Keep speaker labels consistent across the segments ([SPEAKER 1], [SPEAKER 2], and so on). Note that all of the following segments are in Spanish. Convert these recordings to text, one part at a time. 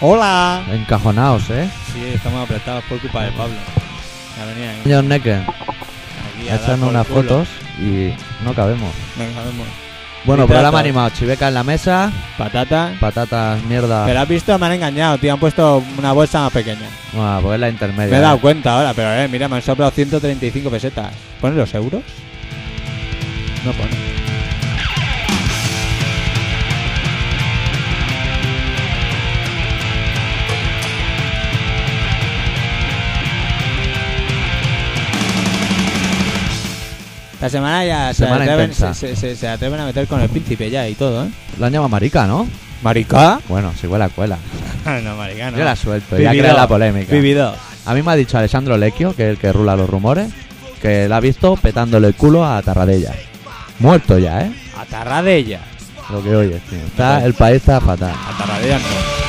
[SPEAKER 1] Hola.
[SPEAKER 2] Encajonaos, ¿eh?
[SPEAKER 3] Sí, estamos apretados por culpa de Pablo. Ya venía aquí,
[SPEAKER 2] Señor Necker,
[SPEAKER 3] aquí a dar
[SPEAKER 2] echan
[SPEAKER 3] por
[SPEAKER 2] unas
[SPEAKER 3] culo.
[SPEAKER 2] fotos y no cabemos.
[SPEAKER 3] No sabemos.
[SPEAKER 2] Bueno,
[SPEAKER 3] Literal,
[SPEAKER 2] programa
[SPEAKER 3] tal.
[SPEAKER 2] animado. Chiveca en la mesa,
[SPEAKER 3] Patata.
[SPEAKER 2] patatas, mierda.
[SPEAKER 3] Pero has visto, me han engañado, tío. Han puesto una bolsa más pequeña.
[SPEAKER 2] Bueno, pues es la intermedia.
[SPEAKER 3] Me he dado cuenta ahora, pero eh, mira, me han sobrado 135 pesetas. ¿Ponen los euros? No pone. Esta semana ya se,
[SPEAKER 2] Semana
[SPEAKER 3] atreven,
[SPEAKER 2] intensa.
[SPEAKER 3] se, se- se- se atreven a meter con el príncipe ya y todo, ¿eh?
[SPEAKER 2] Lo han llamado marica, ¿no?
[SPEAKER 3] ¿Marica?
[SPEAKER 2] Bueno, si cuela, cuela.
[SPEAKER 3] no, marica, no.
[SPEAKER 2] Yo la suelto, ya
[SPEAKER 3] Vivido.
[SPEAKER 2] crea la polémica.
[SPEAKER 3] Vivido.
[SPEAKER 2] A mí me ha dicho Alessandro Lecchio, que es el que rula los rumores, que la ha visto petándole el culo a Tarradella. Muerto ya, ¿eh?
[SPEAKER 3] Atarradella.
[SPEAKER 2] Lo que oyes, tío. Está, el país está fatal.
[SPEAKER 3] Atarradella no.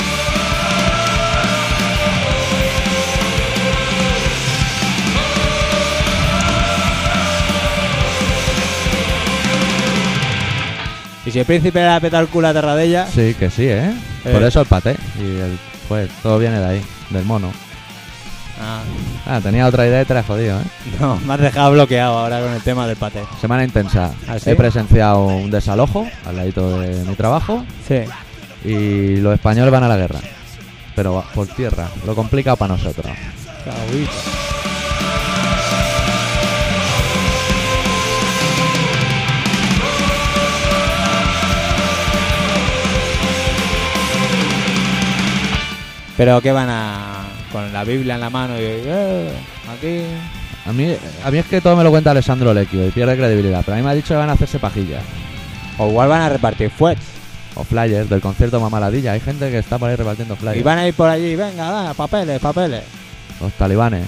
[SPEAKER 3] Y si el príncipe era petar culo a Tarradella,
[SPEAKER 2] Sí, que sí, ¿eh?
[SPEAKER 3] Eh.
[SPEAKER 2] Por eso el paté. Y el, pues todo viene de ahí, del mono.
[SPEAKER 3] ah,
[SPEAKER 2] Ah, tenía otra idea y te la he jodido, ¿eh?
[SPEAKER 3] no, me has dejado bloqueado ahora con el tema del pate.
[SPEAKER 2] Semana intensa.
[SPEAKER 3] ¿Ah, sí?
[SPEAKER 2] He presenciado un desalojo al ladito de mi trabajo
[SPEAKER 3] Sí.
[SPEAKER 2] y los españoles van a la guerra. Pero va- por tierra, lo complica para nosotros.
[SPEAKER 3] Cabrito. Pero que van a con la Biblia en la mano y eh, aquí
[SPEAKER 2] A mí, a mí es que todo me lo cuenta Alessandro Lecchio y pierde credibilidad, pero a mí me ha dicho que van a hacerse pajillas
[SPEAKER 3] o igual van a repartir fuets
[SPEAKER 2] o flyers del concierto Mamaladilla. Hay gente que está por ahí repartiendo flyers.
[SPEAKER 3] y van a ir por allí venga da, papeles papeles
[SPEAKER 2] Los talibanes.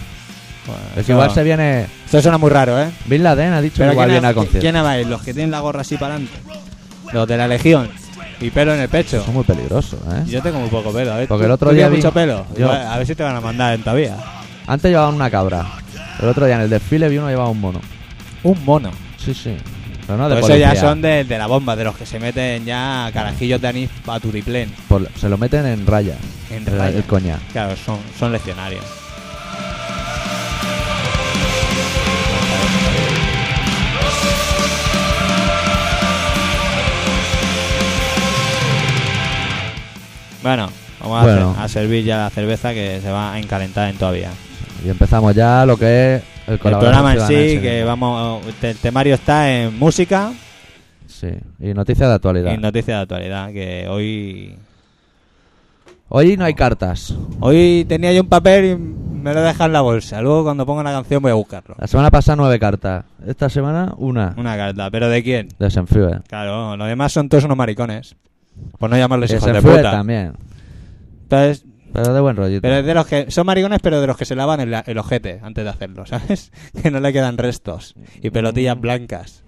[SPEAKER 3] Bueno,
[SPEAKER 2] Es
[SPEAKER 3] eso-
[SPEAKER 2] que igual se viene.
[SPEAKER 3] eso suena muy raro eh
[SPEAKER 2] Bin Laden ha dicho que igual
[SPEAKER 3] ¿quién
[SPEAKER 2] viene
[SPEAKER 3] ha-
[SPEAKER 2] al concierto.
[SPEAKER 3] quién va a ir los que tienen la gorra así para adelante los de la legión y pelo en el pecho
[SPEAKER 2] Son muy peligrosos, ¿eh?
[SPEAKER 3] Yo tengo muy poco pelo, a ver,
[SPEAKER 2] Porque
[SPEAKER 3] ¿tú-
[SPEAKER 2] el otro
[SPEAKER 3] tú
[SPEAKER 2] día
[SPEAKER 3] tienes
[SPEAKER 2] vi-
[SPEAKER 3] mucho pelo.
[SPEAKER 2] yo-
[SPEAKER 3] Igual, A ver si te van a mandar en todavía.
[SPEAKER 2] Antes llevaban una cabra. El otro día en el desfile vi uno que llevaba un mono.
[SPEAKER 3] Un mono.
[SPEAKER 2] Sí, sí. Pero no de
[SPEAKER 3] Pero eso ya
[SPEAKER 2] policía.
[SPEAKER 3] son de, de la bomba, de los que se meten ya carajillos de anís a turiplén.
[SPEAKER 2] Por- se lo meten en raya.
[SPEAKER 3] En
[SPEAKER 2] el-
[SPEAKER 3] raya.
[SPEAKER 2] El coña.
[SPEAKER 3] Claro, son, son leccionarios. Bueno, vamos a
[SPEAKER 2] Bueno.
[SPEAKER 3] hacer- a servir ya la cerveza que se va a encalentar en todavía.
[SPEAKER 2] Y empezamos ya lo que es el
[SPEAKER 3] El
[SPEAKER 2] colaborador
[SPEAKER 3] programa en
[SPEAKER 2] ciudadano E.
[SPEAKER 3] sí,
[SPEAKER 2] del
[SPEAKER 3] que
[SPEAKER 2] siglo.
[SPEAKER 3] vamos, el temario está en música
[SPEAKER 2] Sí. Y noticias de actualidad.
[SPEAKER 3] y noticias de actualidad, que hoy...
[SPEAKER 2] Hoy no hay cartas.
[SPEAKER 3] Hoy tenía yo un papel y me lo he dejado en la bolsa, luego cuando ponga la canción voy a buscarlo.
[SPEAKER 2] La semana pasada nueve cartas. Esta semana una.
[SPEAKER 3] Una carta, pero ¿de quién?
[SPEAKER 2] De Senfue.
[SPEAKER 3] Claro, los demás son todos unos maricones. Por no llamarles
[SPEAKER 2] De
[SPEAKER 3] hijos de
[SPEAKER 2] Senfue
[SPEAKER 3] puta.
[SPEAKER 2] también.
[SPEAKER 3] Entonces,
[SPEAKER 2] Pero de buen rollito.
[SPEAKER 3] pero es de los que son maricones, pero de los que se lavan el, el ojete antes de hacerlo, ¿sabes? Que no le quedan restos. Y pelotillas blancas.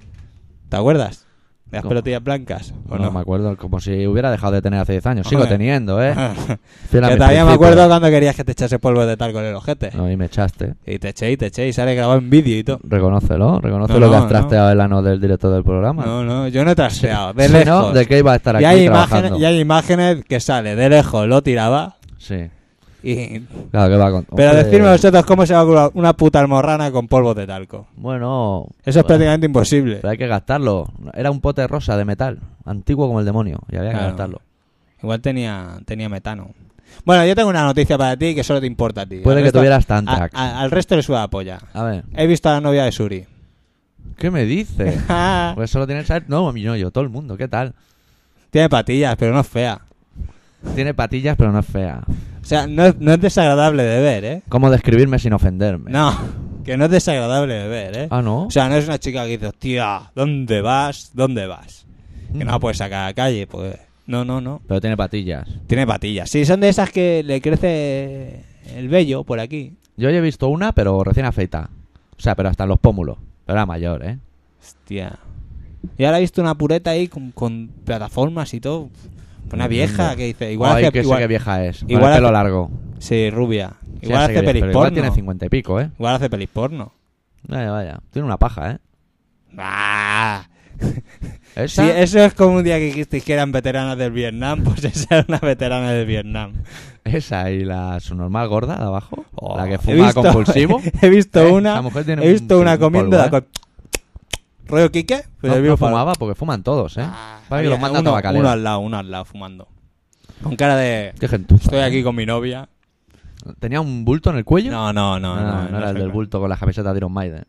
[SPEAKER 3] ¿Te acuerdas? De las
[SPEAKER 2] ¿Cómo?
[SPEAKER 3] pelotillas blancas, ¿o
[SPEAKER 2] no,
[SPEAKER 3] no?
[SPEAKER 2] me acuerdo. Como si hubiera dejado de tener hace 10 años. Sigo
[SPEAKER 3] Hombre.
[SPEAKER 2] teniendo, ¿eh?
[SPEAKER 3] Que
[SPEAKER 2] Fiel a
[SPEAKER 3] todavía me
[SPEAKER 2] mis principios.
[SPEAKER 3] acuerdo cuando querías que te echase polvo de tal con el ojete.
[SPEAKER 2] No, y me echaste.
[SPEAKER 3] Y te eché, y te eché, y sale grabado en vídeo y todo.
[SPEAKER 2] Reconócelo. Reconoce
[SPEAKER 3] No,
[SPEAKER 2] lo que
[SPEAKER 3] no,
[SPEAKER 2] has trasteado el ano del director del programa.
[SPEAKER 3] No, no, yo no he traseado, de
[SPEAKER 2] Si
[SPEAKER 3] lejos.
[SPEAKER 2] no, ¿de qué iba a estar
[SPEAKER 3] y,
[SPEAKER 2] aquí
[SPEAKER 3] hay
[SPEAKER 2] trabajando?
[SPEAKER 3] imágenes, y hay imágenes que sale, de lejos lo tiraba.
[SPEAKER 2] Sí.
[SPEAKER 3] Y...
[SPEAKER 2] Claro que va con...
[SPEAKER 3] Pero
[SPEAKER 2] Hombre,
[SPEAKER 3] decirme vosotros cómo se va a curar una puta almorrana con polvo de talco.
[SPEAKER 2] Bueno...
[SPEAKER 3] Eso es
[SPEAKER 2] bueno,
[SPEAKER 3] prácticamente imposible.
[SPEAKER 2] Pero hay que gastarlo. Era un pote rosa de metal. Antiguo como el demonio. Y había que
[SPEAKER 3] Claro.
[SPEAKER 2] gastarlo.
[SPEAKER 3] Igual tenía, tenía metano. Bueno, yo tengo una noticia para ti que solo te importa a ti.
[SPEAKER 2] Puede
[SPEAKER 3] Al
[SPEAKER 2] que
[SPEAKER 3] resto-
[SPEAKER 2] tuvieras
[SPEAKER 3] a-
[SPEAKER 2] Tantrax.
[SPEAKER 3] a- Al resto le suda la polla.
[SPEAKER 2] A ver.
[SPEAKER 3] He visto a la novia de Suri.
[SPEAKER 2] ¿Qué me dices? Pues solo tiene que saber... No, a mí no, yo. Todo el mundo. ¿Qué tal?
[SPEAKER 3] Tiene patillas, pero no es fea.
[SPEAKER 2] Tiene patillas, pero no es fea.
[SPEAKER 3] O sea, no es, no es desagradable de ver, ¿eh?
[SPEAKER 2] ¿Cómo describirme sin ofenderme?
[SPEAKER 3] No, que no es desagradable de ver, ¿eh?
[SPEAKER 2] Ah, ¿no?
[SPEAKER 3] O sea, no es una chica que dice, hostia, ¿dónde vas? ¿Dónde vas? Que no la puedes sacar a la calle, pues... No, no, no.
[SPEAKER 2] Mm. Pero tiene patillas.
[SPEAKER 3] Tiene patillas. Sí, son de esas que le crece el vello por aquí.
[SPEAKER 2] Yo ya he visto una, pero recién afeitada. O sea, pero hasta en los pómulos. Pero era mayor, ¿eh?
[SPEAKER 3] Hostia. Y ahora he visto una pureta ahí con, con plataformas y todo. Pues Una
[SPEAKER 2] No
[SPEAKER 3] vieja
[SPEAKER 2] entiendo.
[SPEAKER 3] que dice, igual
[SPEAKER 2] Ay,
[SPEAKER 3] hace...
[SPEAKER 2] que sé
[SPEAKER 3] igual-
[SPEAKER 2] qué vieja es. Igual
[SPEAKER 3] igual hace-
[SPEAKER 2] pelo largo.
[SPEAKER 3] Sí, rubia.
[SPEAKER 2] Sí,
[SPEAKER 3] Igual
[SPEAKER 2] ya sé
[SPEAKER 3] hace
[SPEAKER 2] que
[SPEAKER 3] pelis
[SPEAKER 2] pero igual
[SPEAKER 3] porno.
[SPEAKER 2] tiene cincuenta y pico, ¿eh?
[SPEAKER 3] Igual hace pelis porno.
[SPEAKER 2] Vaya, vaya. Tiene una paja, ¿eh?
[SPEAKER 3] Ah. Si
[SPEAKER 2] Esa,
[SPEAKER 3] eso es como un día que dijisteis que eran veteranas del Vietnam, pues esa era una veterana del Vietnam.
[SPEAKER 2] esa y la su normal gorda de abajo,
[SPEAKER 3] Oh,
[SPEAKER 2] la
[SPEAKER 3] he
[SPEAKER 2] que fuma
[SPEAKER 3] visto-
[SPEAKER 2] compulsivo.
[SPEAKER 3] He visto
[SPEAKER 2] Eh,
[SPEAKER 3] una.
[SPEAKER 2] esa mujer tiene
[SPEAKER 3] He visto
[SPEAKER 2] un-
[SPEAKER 3] una
[SPEAKER 2] un polvo,
[SPEAKER 3] comiendo.
[SPEAKER 2] ¿eh?
[SPEAKER 3] con- ¿Rollo Quique? Pues
[SPEAKER 2] no,
[SPEAKER 3] el
[SPEAKER 2] no
[SPEAKER 3] mismo palo.
[SPEAKER 2] fumaba porque fuman todos, ¿eh? Para que
[SPEAKER 3] Ah, Había
[SPEAKER 2] los manda a
[SPEAKER 3] uno,
[SPEAKER 2] tabacalera.
[SPEAKER 3] uno al lado, uno al lado fumando. Con cara de.
[SPEAKER 2] Qué gentuza,
[SPEAKER 3] Estoy
[SPEAKER 2] ¿eh?
[SPEAKER 3] aquí con mi novia.
[SPEAKER 2] ¿Tenía un bulto en el cuello?
[SPEAKER 3] No, no, no.
[SPEAKER 2] no,
[SPEAKER 3] No,
[SPEAKER 2] no,
[SPEAKER 3] no
[SPEAKER 2] era el
[SPEAKER 3] sé
[SPEAKER 2] del
[SPEAKER 3] cuál.
[SPEAKER 2] bulto con la camiseta de Iron Maiden.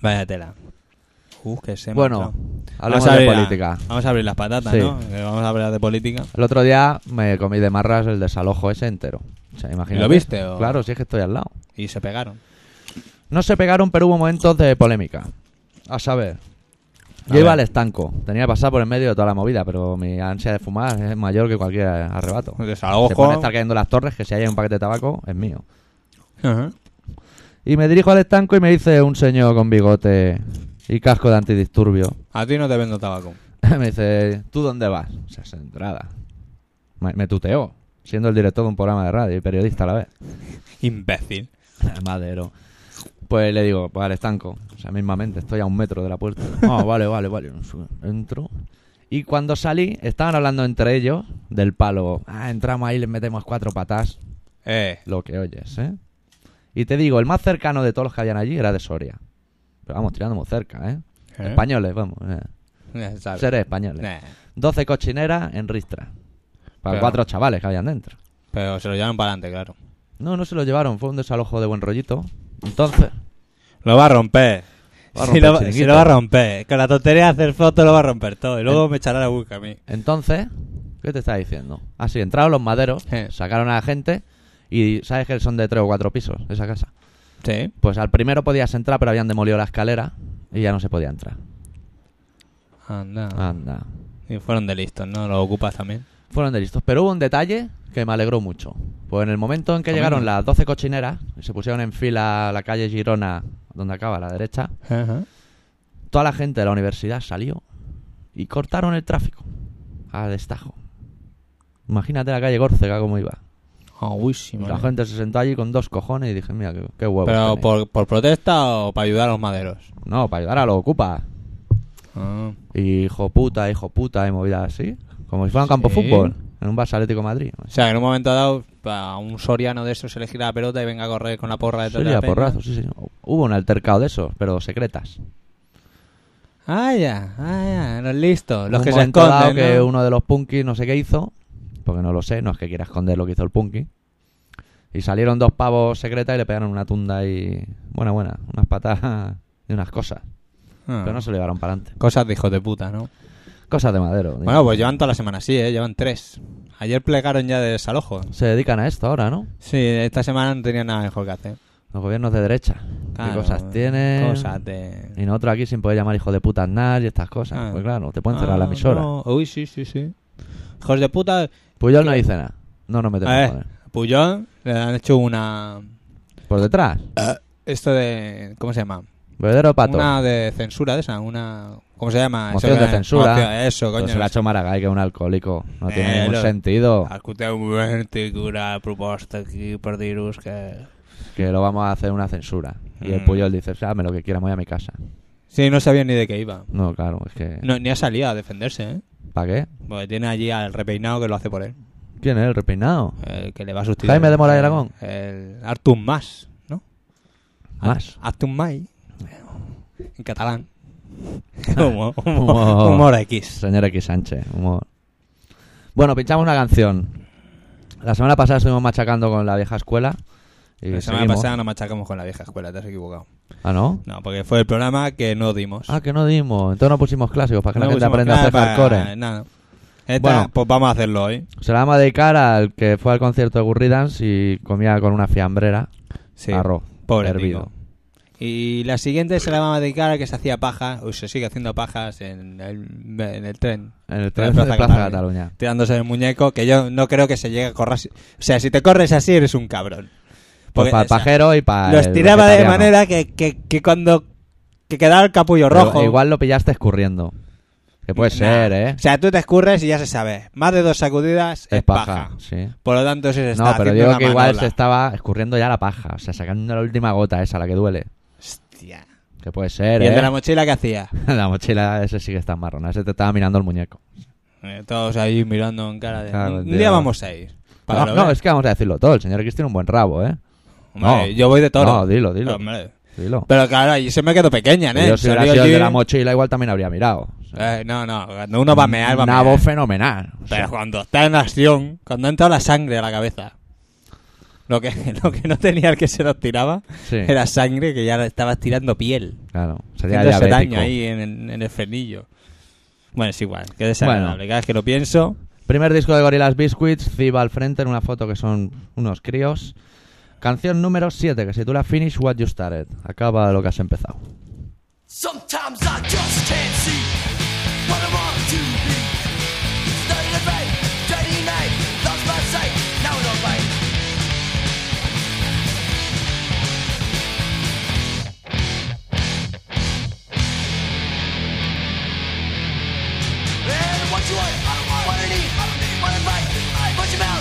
[SPEAKER 3] Vaya tela. Uf, que se me ha
[SPEAKER 2] Bueno,
[SPEAKER 3] entrado.
[SPEAKER 2] hablamos
[SPEAKER 3] Vamos a
[SPEAKER 2] de
[SPEAKER 3] abrir la-
[SPEAKER 2] política.
[SPEAKER 3] vamos a abrir las patatas,
[SPEAKER 2] Sí.
[SPEAKER 3] ¿no? Que Vamos a hablar de política.
[SPEAKER 2] El otro día me comí de marras el desalojo ese entero. O sea, imagínate.
[SPEAKER 3] ¿Lo viste o-
[SPEAKER 2] Claro, si es que estoy al lado.
[SPEAKER 3] Y se pegaron.
[SPEAKER 2] No se pegaron, pero hubo momentos de polémica. A saber,
[SPEAKER 3] A
[SPEAKER 2] yo iba
[SPEAKER 3] ver.
[SPEAKER 2] al estanco. Tenía que pasar por el medio de toda la movida, pero mi ansia de fumar es mayor que cualquier arrebato.
[SPEAKER 3] Un
[SPEAKER 2] Se pone a
[SPEAKER 3] Desalojo.
[SPEAKER 2] estar cayendo las torres, que si hay un paquete de tabaco, es mío.
[SPEAKER 3] Ajá.
[SPEAKER 2] Y me dirijo al estanco y me dice un señor con bigote y casco de antidisturbio.
[SPEAKER 3] A ti no te vendo tabaco.
[SPEAKER 2] me dice, ¿tú dónde vas? O sea, se entrada. Me, me tuteó, siendo el director de un programa de radio y periodista a la vez.
[SPEAKER 3] Imbécil.
[SPEAKER 2] Madero. Pues le digo, pues al estanco. O sea, mismamente, estoy a un metro de la puerta. Ah, vale, vale, vale. Entro. Y cuando salí, estaban hablando entre ellos del palo. Ah, entramos ahí, les metemos cuatro patas.
[SPEAKER 3] Eh.
[SPEAKER 2] Lo que oyes, ¿eh? Y te digo, el más cercano de todos los que habían allí era de Soria. Pero vamos, tirando muy cerca, ¿eh?
[SPEAKER 3] ¿Eh?
[SPEAKER 2] Españoles, vamos. eh.
[SPEAKER 3] Ya sabes.
[SPEAKER 2] Seres españoles.
[SPEAKER 3] Eh.
[SPEAKER 2] 12 cochineras en ristra. Para
[SPEAKER 3] Pero-
[SPEAKER 2] cuatro chavales que habían dentro.
[SPEAKER 3] Pero se lo llevan para adelante, claro.
[SPEAKER 2] No, no se lo llevaron, fue un desalojo de buen rollito. Entonces,
[SPEAKER 3] Lo va a romper.
[SPEAKER 2] Va a
[SPEAKER 3] si,
[SPEAKER 2] romper
[SPEAKER 3] lo,
[SPEAKER 2] el
[SPEAKER 3] si
[SPEAKER 2] chiringuito.
[SPEAKER 3] lo va a romper. Con la tontería de hacer fotos lo va a romper todo. Y luego me echará la busca a mí.
[SPEAKER 2] entonces, ¿qué te está diciendo? Así, entraron los maderos,
[SPEAKER 3] Eh.
[SPEAKER 2] sacaron a la gente y sabes que son de tres o cuatro pisos esa casa.
[SPEAKER 3] Sí.
[SPEAKER 2] Pues al primero podías entrar, pero habían demolido la escalera y ya no se podía entrar.
[SPEAKER 3] Anda.
[SPEAKER 2] Anda.
[SPEAKER 3] Ah. Y fueron de listos, ¿no? Lo ocupas también.
[SPEAKER 2] Fueron de listos. Pero hubo un detalle que me alegró mucho. Pues en el momento en que
[SPEAKER 3] A mí
[SPEAKER 2] llegaron
[SPEAKER 3] no.
[SPEAKER 2] las 12 cochineras y se pusieron en fila a la calle Girona, donde acaba a la derecha,
[SPEAKER 3] Ajá.
[SPEAKER 2] toda la gente de la universidad salió y cortaron el tráfico a destajo. Imagínate la calle Córcega cómo iba.
[SPEAKER 3] Ah, uy, sí,
[SPEAKER 2] Y
[SPEAKER 3] madre.
[SPEAKER 2] La gente se sentó allí con dos cojones y dije, mira, qué, qué huevos.
[SPEAKER 3] ¿Pero
[SPEAKER 2] tenéis".
[SPEAKER 3] por, por protesta o para ayudar a los maderos?
[SPEAKER 2] No, para ayudar a los ocupas.
[SPEAKER 3] Ah.
[SPEAKER 2] Y hijo puta, hijo puta, y movidas así. Como si fuera un campo de
[SPEAKER 3] Sí.
[SPEAKER 2] fútbol, en un Barça Atlético de Madrid.
[SPEAKER 3] O sea, que en un momento dado, a un soriano de esos se le gira la pelota y venga a correr con la porra detrás de
[SPEAKER 2] Sería
[SPEAKER 3] la peña.
[SPEAKER 2] porrazo, sí, sí. Hubo un altercado de esos, pero secretas.
[SPEAKER 3] Ah, ya, ah, ya, los listos, los
[SPEAKER 2] Un
[SPEAKER 3] que se
[SPEAKER 2] momento dado
[SPEAKER 3] esconden,
[SPEAKER 2] que
[SPEAKER 3] ¿no?
[SPEAKER 2] uno de los punkis no sé qué hizo, porque no lo sé, no es que quiera esconder lo que hizo el punky. Y salieron dos pavos secretas y le pegaron una tunda y... Buena, buena, unas patadas y unas cosas.
[SPEAKER 3] Ah.
[SPEAKER 2] Pero no se lo llevaron para adelante.
[SPEAKER 3] Cosas de hijos de puta, ¿no?
[SPEAKER 2] Cosas de madero. digo.
[SPEAKER 3] Bueno, pues llevan toda la semana así, ¿eh? Llevan tres. Ayer plegaron ya de desalojo.
[SPEAKER 2] Se dedican a esto ahora, ¿no?
[SPEAKER 3] Sí, esta semana no tenían nada mejor que hacer.
[SPEAKER 2] Los gobiernos de derecha. ¿Qué
[SPEAKER 3] Claro,
[SPEAKER 2] cosas tienen?
[SPEAKER 3] Cosas de...
[SPEAKER 2] Y nosotros aquí sin poder llamar hijo de puta a nadie y estas cosas.
[SPEAKER 3] Ah.
[SPEAKER 2] Pues claro, te pueden cerrar la
[SPEAKER 3] Ah,
[SPEAKER 2] emisora.
[SPEAKER 3] no. Uy, sí, sí, sí. Hijos de puta...
[SPEAKER 2] Puyol no dice nada. No nos metemos
[SPEAKER 3] A ver.
[SPEAKER 2] con él.
[SPEAKER 3] Puyol le han hecho una...
[SPEAKER 2] Por detrás,
[SPEAKER 3] Esto de... ¿Cómo se llama?
[SPEAKER 2] verdadero pato.
[SPEAKER 3] Una de censura de esa, una... ¿Cómo se llama?
[SPEAKER 2] Moción
[SPEAKER 3] Eso que-
[SPEAKER 2] de censura.
[SPEAKER 3] Moción- Eso,
[SPEAKER 2] Pero
[SPEAKER 3] coño.
[SPEAKER 2] Pues se la ha hecho Maragall, que es un alcohólico. No tiene
[SPEAKER 3] Eh,
[SPEAKER 2] ningún
[SPEAKER 3] lo-
[SPEAKER 2] sentido.
[SPEAKER 3] Escolteu, tinc una proposta aquí per dir-vos que...
[SPEAKER 2] Que lo vamos a hacer una censura. Y el
[SPEAKER 3] Mm.
[SPEAKER 2] Puyol dice, me lo que quiera, me voy a mi casa.
[SPEAKER 3] Sí, no sabía ni de qué iba.
[SPEAKER 2] No, claro, es que...
[SPEAKER 3] No, ni ha salido a defenderse, ¿eh?
[SPEAKER 2] ¿Para qué?
[SPEAKER 3] Porque tiene allí al repeinado que lo hace por él.
[SPEAKER 2] ¿Quién es el repeinado?
[SPEAKER 3] El que le va a sustituir.
[SPEAKER 2] Jaime de Mora y Aragón.
[SPEAKER 3] El Artur Mas, ¿no? Ah.
[SPEAKER 2] Más.
[SPEAKER 3] Artur Mai. En catalán. Humor,
[SPEAKER 2] Humor.
[SPEAKER 3] humor, humor X.
[SPEAKER 2] Señor X Sánchez. humor. Bueno, pinchamos una canción. La semana pasada estuvimos machacando con la vieja escuela. Y
[SPEAKER 3] La semana
[SPEAKER 2] seguimos.
[SPEAKER 3] pasada nos machacamos con la vieja escuela, te has equivocado.
[SPEAKER 2] Ah, ¿no?
[SPEAKER 3] No, porque fue el programa que no dimos.
[SPEAKER 2] Ah, que no dimos. Entonces no pusimos clásicos para que la
[SPEAKER 3] No
[SPEAKER 2] gente
[SPEAKER 3] pusimos
[SPEAKER 2] aprenda a
[SPEAKER 3] nada
[SPEAKER 2] hacer
[SPEAKER 3] para-
[SPEAKER 2] hardcore.
[SPEAKER 3] Nada. Esta,
[SPEAKER 2] Bueno.
[SPEAKER 3] pues vamos a hacerlo hoy.
[SPEAKER 2] Se la vamos a dedicar al que fue al concierto de Gurry Dance y comía con una fiambrera
[SPEAKER 3] Sí.
[SPEAKER 2] arroz
[SPEAKER 3] Pobre
[SPEAKER 2] hervido.
[SPEAKER 3] tico. Y la siguiente se la vamos a dedicar a que se hacía paja, o se sigue haciendo pajas en el, en el tren,
[SPEAKER 2] En el
[SPEAKER 3] Plaza
[SPEAKER 2] tren de Plaza,
[SPEAKER 3] Cataluña.
[SPEAKER 2] Cataluña.
[SPEAKER 3] tirándose el muñeco, que yo no creo que se llegue a correr. así. O sea, si te corres así eres un cabrón.
[SPEAKER 2] Pues para el
[SPEAKER 3] o sea,
[SPEAKER 2] pajero y para
[SPEAKER 3] los
[SPEAKER 2] el
[SPEAKER 3] tiraba de
[SPEAKER 2] eh, vegetariano.
[SPEAKER 3] manera que, que, que cuando que quedaba el capullo
[SPEAKER 2] Pero
[SPEAKER 3] rojo.
[SPEAKER 2] Igual lo pillaste escurriendo. Que puede
[SPEAKER 3] Nah.
[SPEAKER 2] ser, ¿eh?
[SPEAKER 3] O sea, tú te escurres y ya se sabe. Más de dos sacudidas es, paja.
[SPEAKER 2] sí.
[SPEAKER 3] Por lo tanto, si se está
[SPEAKER 2] No, pero
[SPEAKER 3] haciendo
[SPEAKER 2] digo
[SPEAKER 3] una
[SPEAKER 2] que igual
[SPEAKER 3] manola.
[SPEAKER 2] se estaba escurriendo ya la paja. O sea, sacando la última gota esa, la que duele.
[SPEAKER 3] Hostia.
[SPEAKER 2] Que puede ser,
[SPEAKER 3] ¿Y el
[SPEAKER 2] ¿eh?
[SPEAKER 3] de la mochila qué hacía?
[SPEAKER 2] La mochila ese sí que está marrón. Ese te estaba mirando el muñeco.
[SPEAKER 3] Eh, todos ahí mirando en cara de...
[SPEAKER 2] Claro,
[SPEAKER 3] un
[SPEAKER 2] tío.
[SPEAKER 3] día vamos a ir. para
[SPEAKER 2] No,
[SPEAKER 3] que lo
[SPEAKER 2] no,
[SPEAKER 3] veas.
[SPEAKER 2] es que vamos a decirlo todo. El señor X tiene un buen rabo, ¿eh?
[SPEAKER 3] Hombre,
[SPEAKER 2] no.
[SPEAKER 3] Yo voy de toro.
[SPEAKER 2] No, dilo, dilo.
[SPEAKER 3] Hombre.
[SPEAKER 2] Dilo.
[SPEAKER 3] Pero claro, ahí se me quedó pequeña, ¿eh?
[SPEAKER 2] Yo si hubiera
[SPEAKER 3] Salió
[SPEAKER 2] sido el
[SPEAKER 3] allí-
[SPEAKER 2] de la mochila igual también habría mirado. O sea,
[SPEAKER 3] Eh, no, no, cuando uno va a mear, va a
[SPEAKER 2] Una
[SPEAKER 3] mear.
[SPEAKER 2] voz fenomenal. O sea,
[SPEAKER 3] Pero cuando está en acción, cuando ha entrado la sangre a la cabeza, lo que, lo que no tenía el que se los tiraba
[SPEAKER 2] sí,
[SPEAKER 3] era sangre que ya le estaba tirando piel.
[SPEAKER 2] claro. Sería
[SPEAKER 3] Haciendo ese
[SPEAKER 2] diabético.
[SPEAKER 3] daño ahí en el, en el frenillo. Bueno, es igual, que desagradable.
[SPEAKER 2] Bueno.
[SPEAKER 3] Cada vez que lo pienso,
[SPEAKER 2] Primer disco de Gorillaz Biscuits, Ciba al frente en una foto que son unos críos. Canción número 7 que se titula Finish What You Started. Acaba lo que has empezado.
[SPEAKER 1] Sometimes I just can't see what I want to be. Starting to fade, dreading night, lost my sight, now I don't fight. And what you want, I don't want. what I need, I don't need. what I like, I push him out.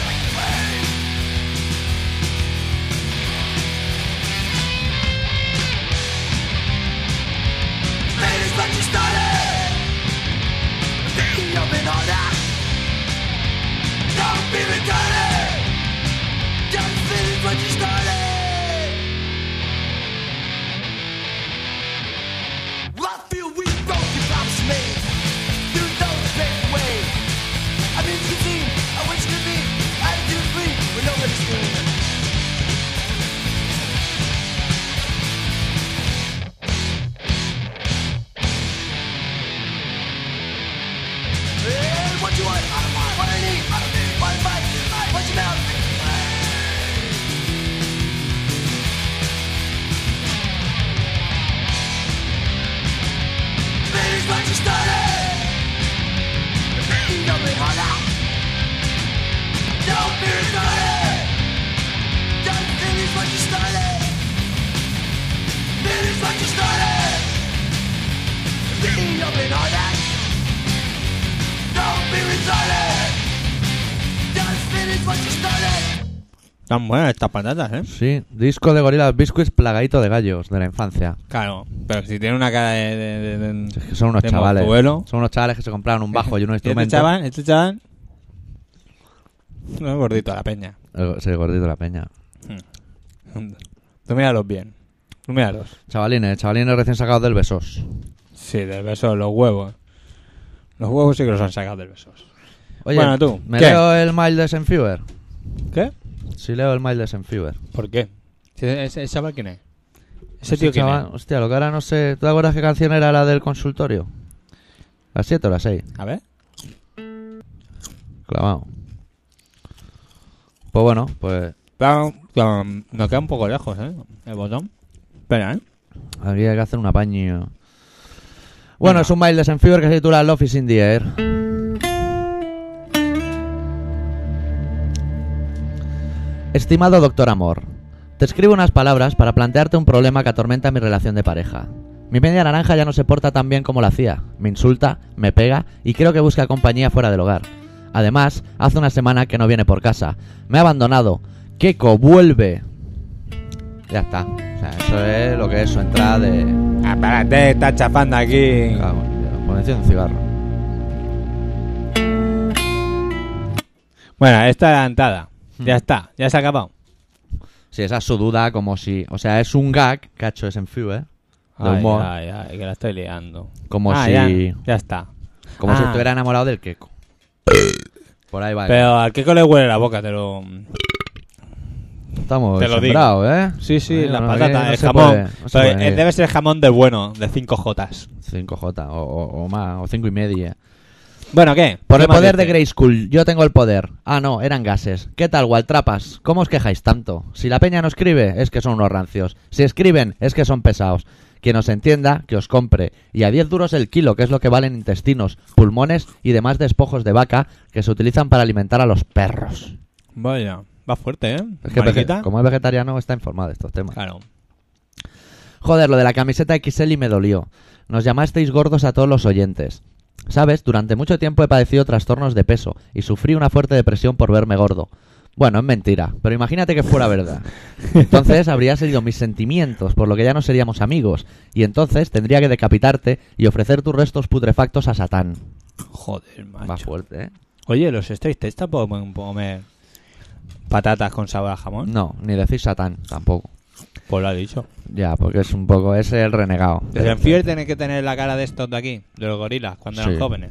[SPEAKER 1] Finish what you started. Be open on that. Don't be retarded. Just finish what you started. I feel we broke the promise made through those fake ways. I mean, you see, I wish you could be attitude free with no excuse. And what you want, I don't want. What I need, I don't need. What I fight, I punch him out. Finish what you started. Be open harder. Don't be retarded. Just finish what you started. Finish what you started. Be open harder. Don't be retarded. Just finish what you started.
[SPEAKER 3] están buenas estas patatas, ¿eh?
[SPEAKER 2] Sí, disco de Gorillaz Biscuits plagadito de gallos de la infancia.
[SPEAKER 3] Claro, pero si tiene una cara de... de, de- de-
[SPEAKER 2] Es que son unos
[SPEAKER 3] de
[SPEAKER 2] chavales.
[SPEAKER 3] mozuelo.
[SPEAKER 2] Son unos chavales que se compraron un bajo y un
[SPEAKER 3] este
[SPEAKER 2] instrumento.
[SPEAKER 3] chaval, este chaval... No es gordito, la peña.
[SPEAKER 2] El- sí, el gordito de la peña.
[SPEAKER 3] Tú míralos bien. Tú míralos.
[SPEAKER 2] Chavalines, eh, chavalines recién sacados del Besos.
[SPEAKER 3] Sí, del beso, los huevos. Los huevos sí que los han sacado del beso.
[SPEAKER 2] Oye,
[SPEAKER 3] Bueno, tú,
[SPEAKER 2] ¿me
[SPEAKER 3] ¿qué?
[SPEAKER 2] leo el mail de Senfewer?
[SPEAKER 3] ¿Qué?
[SPEAKER 2] Sí, leo el mail de Senfewer.
[SPEAKER 3] ¿Por qué? ¿Ese, ese chaval quién es? ¿Ese
[SPEAKER 2] Ese
[SPEAKER 3] tío quién
[SPEAKER 2] chaval- Hostia, lo que ahora no sé. ¿Tú te acuerdas qué canción era la del consultorio? ¿Las 7 o las 6?
[SPEAKER 3] es? A ver.
[SPEAKER 2] Clavado. Pues bueno, pues
[SPEAKER 3] Pam, pam. Nos queda un poco lejos, ¿eh? El botón. Espera, ¿eh?
[SPEAKER 2] aquí hay que hacer un apaño. Bueno,
[SPEAKER 3] Venga.
[SPEAKER 2] es un mail de Senfewer que se titula Love is in the air. Estimado doctor Amor, te escribo unas palabras para plantearte un problema que atormenta mi relación de pareja. Mi media naranja ya no se porta tan bien como la hacía. Me insulta, me pega y creo que busca compañía fuera del hogar. Además, hace una semana que no viene por casa. Me ha abandonado. Keko, vuelve. Ya está. O sea, eso es lo que es su entrada de...
[SPEAKER 3] Espérate, Ah, está chafando aquí.
[SPEAKER 2] Me cago en Dios. Bueno, enciende un cigarro.
[SPEAKER 3] Bueno, esta adelantada.
[SPEAKER 2] Hmm.
[SPEAKER 3] Ya está, ya se ha acabado.
[SPEAKER 2] Sí, esa es su duda, como si... O sea, es un gag que ha hecho Senfewer, de
[SPEAKER 3] Ay,
[SPEAKER 2] humor,
[SPEAKER 3] ay, ay, que la estoy liando.
[SPEAKER 2] ¿eh? como
[SPEAKER 3] Ah,
[SPEAKER 2] si...
[SPEAKER 3] ya, ya está.
[SPEAKER 2] Como si
[SPEAKER 3] Ah.
[SPEAKER 2] estuviera enamorado del Keko. Por ahí va.
[SPEAKER 3] Pero al Keko le huele la boca, te lo...
[SPEAKER 2] Estamos
[SPEAKER 3] te lo digo.
[SPEAKER 2] sembrados, ¿eh?
[SPEAKER 3] Sí, sí,
[SPEAKER 2] Bueno,
[SPEAKER 3] las
[SPEAKER 2] no,
[SPEAKER 3] patatas,
[SPEAKER 2] aquí no
[SPEAKER 3] el
[SPEAKER 2] se
[SPEAKER 3] jamón.
[SPEAKER 2] puede- no se
[SPEAKER 3] Pero,
[SPEAKER 2] puede
[SPEAKER 3] eh,
[SPEAKER 2] ir.
[SPEAKER 3] debe ser jamón de bueno, de 5 Jotas.
[SPEAKER 2] 5J o, o- o más, o 5 y media.
[SPEAKER 3] Bueno, ¿qué?
[SPEAKER 2] Por
[SPEAKER 3] ¿Qué
[SPEAKER 2] el
[SPEAKER 3] más
[SPEAKER 2] poder de
[SPEAKER 3] dice?
[SPEAKER 2] Grey School, yo tengo el poder. Ah, no, eran gases. ¿Qué tal, Waltrapas? ¿Cómo os quejáis tanto? Si la peña no escribe, es que son unos rancios. Si escriben, es que son pesados. Quien os entienda, que os compre. Y a 10 duros el kilo, que es lo que valen intestinos, pulmones y demás despojos de vaca que se utilizan para alimentar a los perros.
[SPEAKER 3] Vaya, va fuerte, ¿eh?
[SPEAKER 2] Es que
[SPEAKER 3] Mariquita.
[SPEAKER 2] vege- como es vegetariano, está informado de estos temas.
[SPEAKER 3] Claro.
[SPEAKER 2] Joder, lo de la camiseta XL y me dolió. Nos llamasteis gordos a todos los oyentes. Sabes, durante mucho tiempo he padecido trastornos de peso y sufrí una fuerte depresión por verme gordo. Bueno, es mentira, pero imagínate que fuera verdad. Entonces habrías herido mis sentimientos, por lo que ya no seríamos amigos, y entonces tendría que decapitarte y ofrecer tus restos putrefactos a Satán.
[SPEAKER 3] Joder,
[SPEAKER 2] Va fuerte, ¿eh?
[SPEAKER 3] Oye, los Straight Tets tampoco pueden comer patatas con sabor a jamón.
[SPEAKER 2] No, ni decir Satán tampoco.
[SPEAKER 3] Pues lo ha dicho.
[SPEAKER 2] Ya, porque es un poco, es el renegado.
[SPEAKER 3] Los Enfier tienen que tener la cara de estos de aquí, de los gorilas, cuando
[SPEAKER 2] Sí.
[SPEAKER 3] eran jóvenes.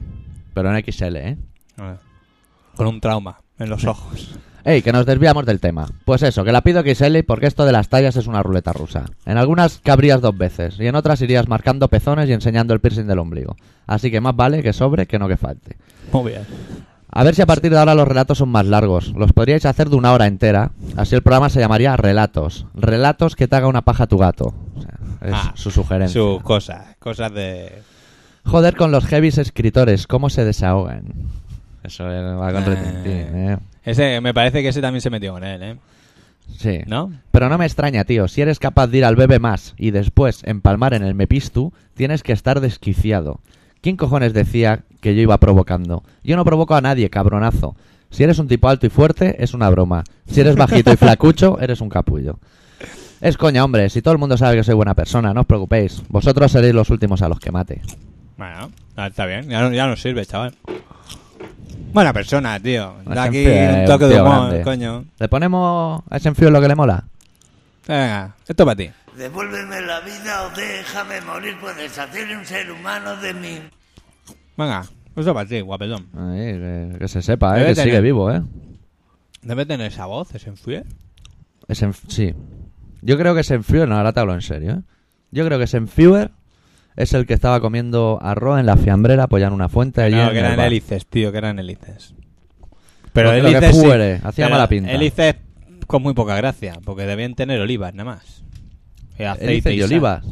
[SPEAKER 2] Pero en XL, ¿eh?
[SPEAKER 3] Ah. Con un trauma en los ojos.
[SPEAKER 2] Ey, que nos desviamos del tema. Pues eso, que la pido XL porque esto de las tallas es una ruleta rusa. En algunas cabrías dos veces y en otras irías marcando pezones y enseñando el piercing del ombligo. Así que más vale que sobre que no que falte.
[SPEAKER 3] Muy bien.
[SPEAKER 2] A ver si a partir de ahora los relatos son más largos. Los podríais hacer de una hora entera. Así el programa se llamaría Relatos. Relatos que te haga una paja tu gato. O sea, es
[SPEAKER 3] Ah,
[SPEAKER 2] su sugerencia.
[SPEAKER 3] Sus cosas, cosas de...
[SPEAKER 2] Joder con los heavies escritores, cómo se desahogan. Eso eh, va con
[SPEAKER 3] Eh.
[SPEAKER 2] retintín, ¿eh?
[SPEAKER 3] Ese, me parece que ese también se metió con él, ¿eh?
[SPEAKER 2] Sí.
[SPEAKER 3] ¿No?
[SPEAKER 2] Pero no me extraña, tío. Si eres capaz de ir al bebé más y después empalmar en el Mepistu, tienes que estar desquiciado. ¿Quién cojones decía que yo iba provocando? Yo no provoco a nadie, cabronazo. Si eres un tipo alto y fuerte, es una broma. Si eres bajito y flacucho, eres un capullo. Es coña, hombre. Si todo el mundo sabe que soy buena persona, no os preocupéis. Vosotros seréis los últimos a los que mate.
[SPEAKER 3] Bueno, ah, está bien, ya, no- ya nos sirve, chaval. Buena persona, tío. Da aquí
[SPEAKER 2] Siempre,
[SPEAKER 3] un toque de
[SPEAKER 2] tío
[SPEAKER 3] humor,
[SPEAKER 2] grande.
[SPEAKER 3] coño.
[SPEAKER 2] ¿Le ponemos a ese enfrío lo que le mola?
[SPEAKER 3] Venga, esto para ti.
[SPEAKER 1] Devuélveme la vida o déjame morir por deshacer un ser humano de mí.
[SPEAKER 3] Venga, esto para ti, guapetón.
[SPEAKER 2] Ahí, que, que se sepa, ¿eh?
[SPEAKER 3] Debe
[SPEAKER 2] que
[SPEAKER 3] tener.
[SPEAKER 2] sigue vivo, ¿eh?
[SPEAKER 3] Debe tener esa voz, ese enfier.
[SPEAKER 2] Es en- sí. Yo creo que Senfuer, no, ahora te hablo en serio, ¿eh? Yo creo que Senfuer es el que estaba comiendo arroz en la fiambrera apoyando una fuente allí
[SPEAKER 3] No,
[SPEAKER 2] en
[SPEAKER 3] que
[SPEAKER 2] el
[SPEAKER 3] eran
[SPEAKER 2] bar.
[SPEAKER 3] hélices, tío, que eran hélices. Pero
[SPEAKER 2] creo que
[SPEAKER 3] hélices sí,
[SPEAKER 2] fuere, hacía
[SPEAKER 3] pero
[SPEAKER 2] mala pinta.
[SPEAKER 3] Hélices con muy poca gracia, porque debían tener olivas, nada más. Y aceite
[SPEAKER 2] Hélices
[SPEAKER 3] y
[SPEAKER 2] de
[SPEAKER 3] sal.
[SPEAKER 2] olivas.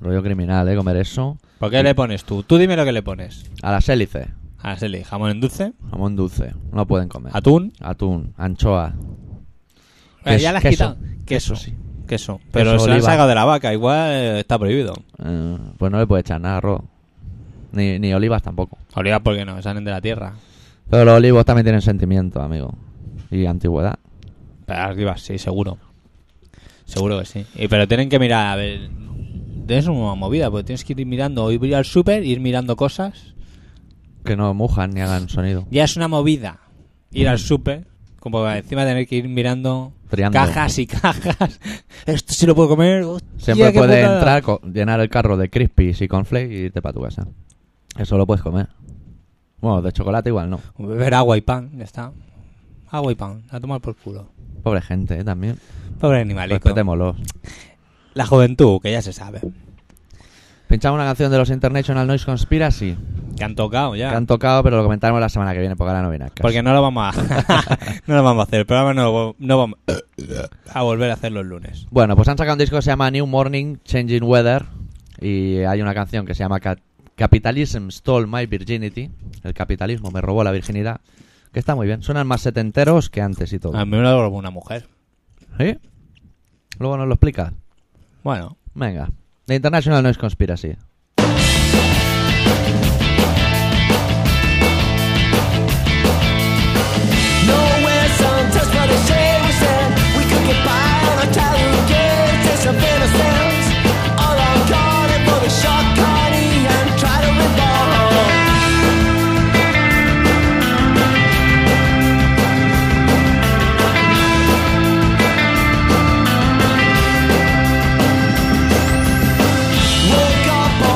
[SPEAKER 2] Rollo criminal, ¿eh? Comer eso.
[SPEAKER 3] ¿Por qué le pones tú? Tú dime lo que le pones. Ah,
[SPEAKER 2] A las hélices.
[SPEAKER 3] A la seli, jamón en dulce,
[SPEAKER 2] Jamón dulce. No pueden comer.
[SPEAKER 3] atún.
[SPEAKER 2] Atún, anchoa.
[SPEAKER 3] Eh,
[SPEAKER 2] Ques-
[SPEAKER 3] ya las has
[SPEAKER 2] queso.
[SPEAKER 3] quitado. Queso,
[SPEAKER 2] Queso, sí.
[SPEAKER 3] Queso. Pero
[SPEAKER 2] Queso,
[SPEAKER 3] se lo han
[SPEAKER 2] oliva.
[SPEAKER 3] sacado de la vaca, igual eh, está prohibido.
[SPEAKER 2] Eh, pues no le puede echar nada arroz. Ni, ni olivas tampoco.
[SPEAKER 3] Olivas, ¿por qué no? Salen de la tierra.
[SPEAKER 2] Pero los olivos también tienen sentimiento, amigo. Y antigüedad.
[SPEAKER 3] Pero las olivas, sí, seguro. Seguro que sí. Y, pero tienen que mirar, a ver. Tienes una movida, porque tienes que ir mirando, ir al súper, ir mirando cosas.
[SPEAKER 2] Que no mujan ni hagan sonido.
[SPEAKER 3] Ya es una movida ir al súper, como para encima tener que ir mirando
[SPEAKER 2] Triando.
[SPEAKER 3] cajas y cajas. Esto sí lo puedo comer. hostia,
[SPEAKER 2] Siempre
[SPEAKER 3] qué
[SPEAKER 2] puedes
[SPEAKER 3] putada.
[SPEAKER 2] entrar, co- llenar el carro de crispies y cornflakes y irte para tu casa. Eso lo puedes comer. Bueno, de chocolate igual no.
[SPEAKER 3] Beber agua y pan, ya está. Agua y pan, a tomar por culo.
[SPEAKER 2] Pobre gente, ¿eh? también.
[SPEAKER 3] Pobre animalito.
[SPEAKER 2] Respetémoslos.
[SPEAKER 3] La juventud, que ya se sabe.
[SPEAKER 2] Pinchamos una canción de los International Noise Conspiracy.
[SPEAKER 3] Que han tocado ya.
[SPEAKER 2] Que han tocado, pero lo comentaremos la semana que viene, porque ahora no viene al caso.
[SPEAKER 3] Porque no lo vamos a no lo vamos a hacer. El programa no, lo vo- no vamos a volver a hacerlo el lunes.
[SPEAKER 2] Bueno, pues han sacado un disco que se llama New Morning, Changing Weather. Y hay una canción que se llama Ca- Capitalism Stole My Virginity. El capitalismo me robó la virginidad. Que está muy bien. Suenan más setenteros que antes y todo.
[SPEAKER 3] A mí me lo robó una mujer.
[SPEAKER 2] ¿Sí? Luego nos lo explicas.
[SPEAKER 3] Bueno,
[SPEAKER 2] Venga. The International Noise Conspiracy.
[SPEAKER 1] Nowhere sometimes by the shade we stand We could get by on a talent game Taste of innocence All I'm calling for the short party And try to revolve Woke up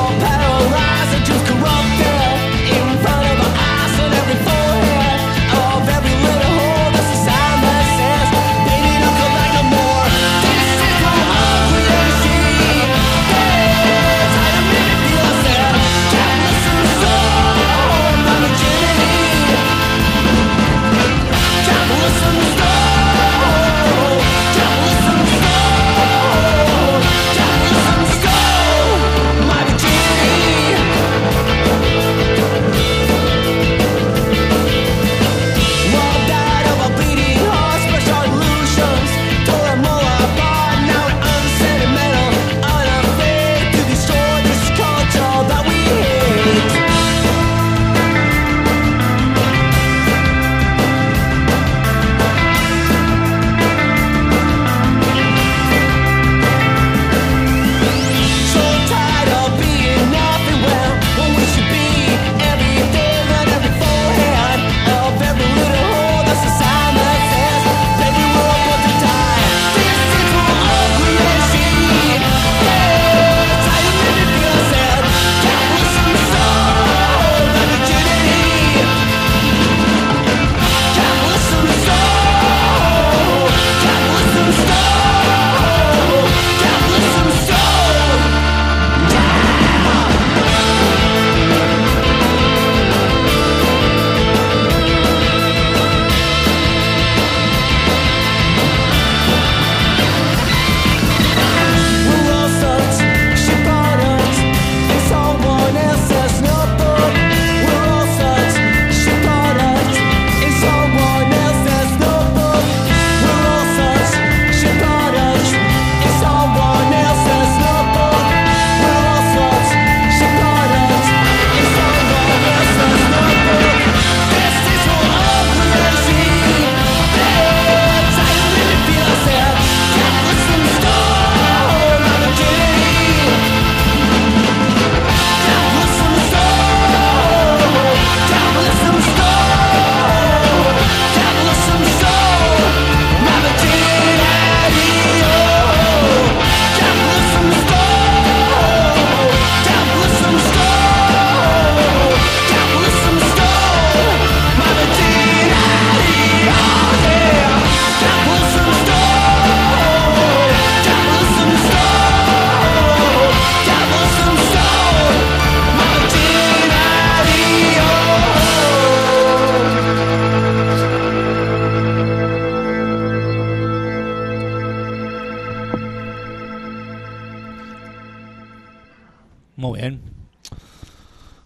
[SPEAKER 3] Muy bien.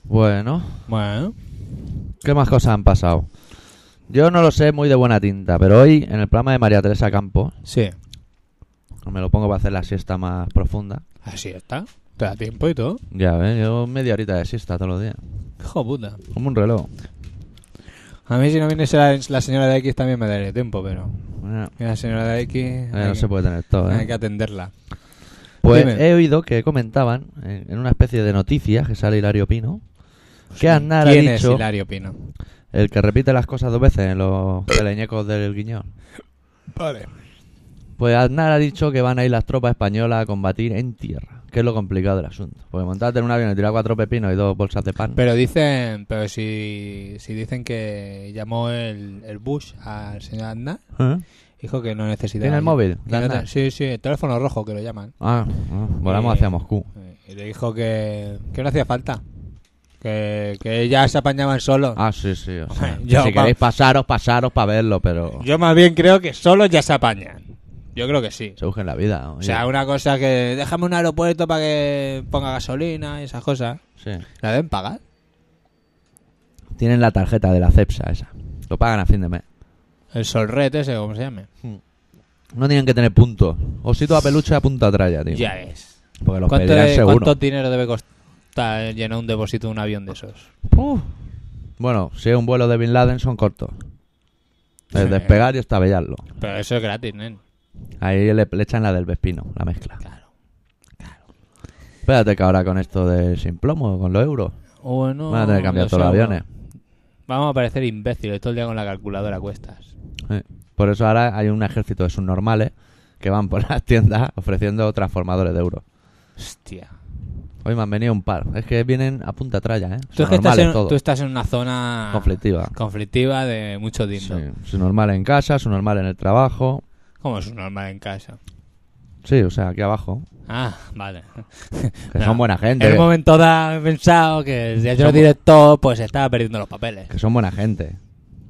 [SPEAKER 2] Bueno,
[SPEAKER 3] Bueno.
[SPEAKER 2] ¿qué más cosas han pasado? Yo no lo sé muy de buena tinta, pero hoy en el programa de María Teresa Campos,
[SPEAKER 3] Sí.
[SPEAKER 2] me lo pongo para hacer la siesta más profunda.
[SPEAKER 3] Así está. Te da tiempo y todo.
[SPEAKER 2] Ya ves, yo media horita de siesta todos los días.
[SPEAKER 3] Hijo de puta.
[SPEAKER 2] Como un reloj.
[SPEAKER 3] A mí si no viene la, la señora de X también me daría tiempo, pero...
[SPEAKER 2] Bueno,
[SPEAKER 3] La señora de X...
[SPEAKER 2] eh,
[SPEAKER 3] hay
[SPEAKER 2] no
[SPEAKER 3] que-
[SPEAKER 2] se puede tener todo, ¿eh?
[SPEAKER 3] Hay que atenderla.
[SPEAKER 2] Pues
[SPEAKER 3] Dime.
[SPEAKER 2] he oído que comentaban en, en una especie de noticias que sale Hilario Pino que Aznar ha
[SPEAKER 3] ¿Quién es
[SPEAKER 2] dicho
[SPEAKER 3] Hilario Pino?
[SPEAKER 2] el que repite las cosas dos veces en los teleñecos del guiñón.
[SPEAKER 3] Vale.
[SPEAKER 2] Pues Aznar ha dicho que van a ir las tropas españolas a combatir en tierra, que es lo complicado del asunto. Porque montarte en un avión y tirar cuatro pepinos y dos bolsas de pan.
[SPEAKER 3] Pero dicen... Pero si, si dicen que llamó el, el Bush al señor Aznar,
[SPEAKER 2] ¿Eh?
[SPEAKER 3] dijo que no necesitaba...
[SPEAKER 2] ¿Tiene el móvil
[SPEAKER 3] que no
[SPEAKER 2] de
[SPEAKER 3] te-
[SPEAKER 2] Aznar?
[SPEAKER 3] sí, sí, el teléfono rojo que lo llaman.
[SPEAKER 2] Ah, ah,
[SPEAKER 3] Eh,
[SPEAKER 2] volamos hacia Moscú.
[SPEAKER 3] Eh, Y le dijo que, que no hacía falta. Que, que ellas se apañaban solos.
[SPEAKER 2] Ah, sí, sí. o sea,
[SPEAKER 3] yo,
[SPEAKER 2] si
[SPEAKER 3] va-
[SPEAKER 2] queréis pasaros, pasaros para verlo, pero
[SPEAKER 3] Yo más bien creo que solos ya se apañan. Yo creo que sí.
[SPEAKER 2] se busquen la vida.
[SPEAKER 3] O
[SPEAKER 2] oye.
[SPEAKER 3] sea, una cosa que déjame un aeropuerto para que ponga gasolina y esas cosas.
[SPEAKER 2] Sí.
[SPEAKER 3] ¿La deben pagar?
[SPEAKER 2] Tienen la tarjeta de la CEPSA esa. Lo pagan a fin de mes.
[SPEAKER 3] El solrete ese, ¿cómo se llame?
[SPEAKER 2] No tienen que tener puntos. Osito a peluche a punta traya, tío.
[SPEAKER 3] Ya ves.
[SPEAKER 2] Porque los
[SPEAKER 3] ¿Cuánto,
[SPEAKER 2] pedirán
[SPEAKER 3] de-
[SPEAKER 2] seguro.
[SPEAKER 3] cuánto dinero debe costar llenar un depósito de un avión de esos?
[SPEAKER 2] Uf. Bueno, si es un vuelo de Bin Laden, son cortos.
[SPEAKER 3] Sí.
[SPEAKER 2] El despegar y estabellarlo.
[SPEAKER 3] Pero eso es gratis, nen.
[SPEAKER 2] Ahí le, le echan la del Vespino, la mezcla.
[SPEAKER 3] Claro.
[SPEAKER 2] Espérate que ahora con esto de sin plomo, con los euros,
[SPEAKER 3] Bueno,
[SPEAKER 2] van a tener que cambiar
[SPEAKER 3] no
[SPEAKER 2] todos los
[SPEAKER 3] sé,
[SPEAKER 2] aviones.
[SPEAKER 3] Vamos a parecer imbéciles todo el día con la calculadora a cuestas.
[SPEAKER 2] Eh. Por eso ahora hay un ejército de subnormales que van por las tiendas ofreciendo transformadores de euros.
[SPEAKER 3] Hostia.
[SPEAKER 2] Hoy me han venido un par. Es que vienen a punta tralla, ¿eh?
[SPEAKER 3] Tú, es que estás
[SPEAKER 2] Subnormales
[SPEAKER 3] en,
[SPEAKER 2] todos.
[SPEAKER 3] tú estás en una zona
[SPEAKER 2] Conflictiva.
[SPEAKER 3] conflictiva de mucho dinero.
[SPEAKER 2] Sí, su normal en casa, su normal en el trabajo.
[SPEAKER 3] Como es normal en casa.
[SPEAKER 2] Sí, o sea, aquí abajo.
[SPEAKER 3] Ah, vale.
[SPEAKER 2] Que
[SPEAKER 3] Nah.
[SPEAKER 2] son buena gente.
[SPEAKER 3] En un
[SPEAKER 2] que-
[SPEAKER 3] momento dado he pensado que si yo
[SPEAKER 2] Somos-
[SPEAKER 3] director pues estaba perdiendo los papeles.
[SPEAKER 2] Que son buena gente.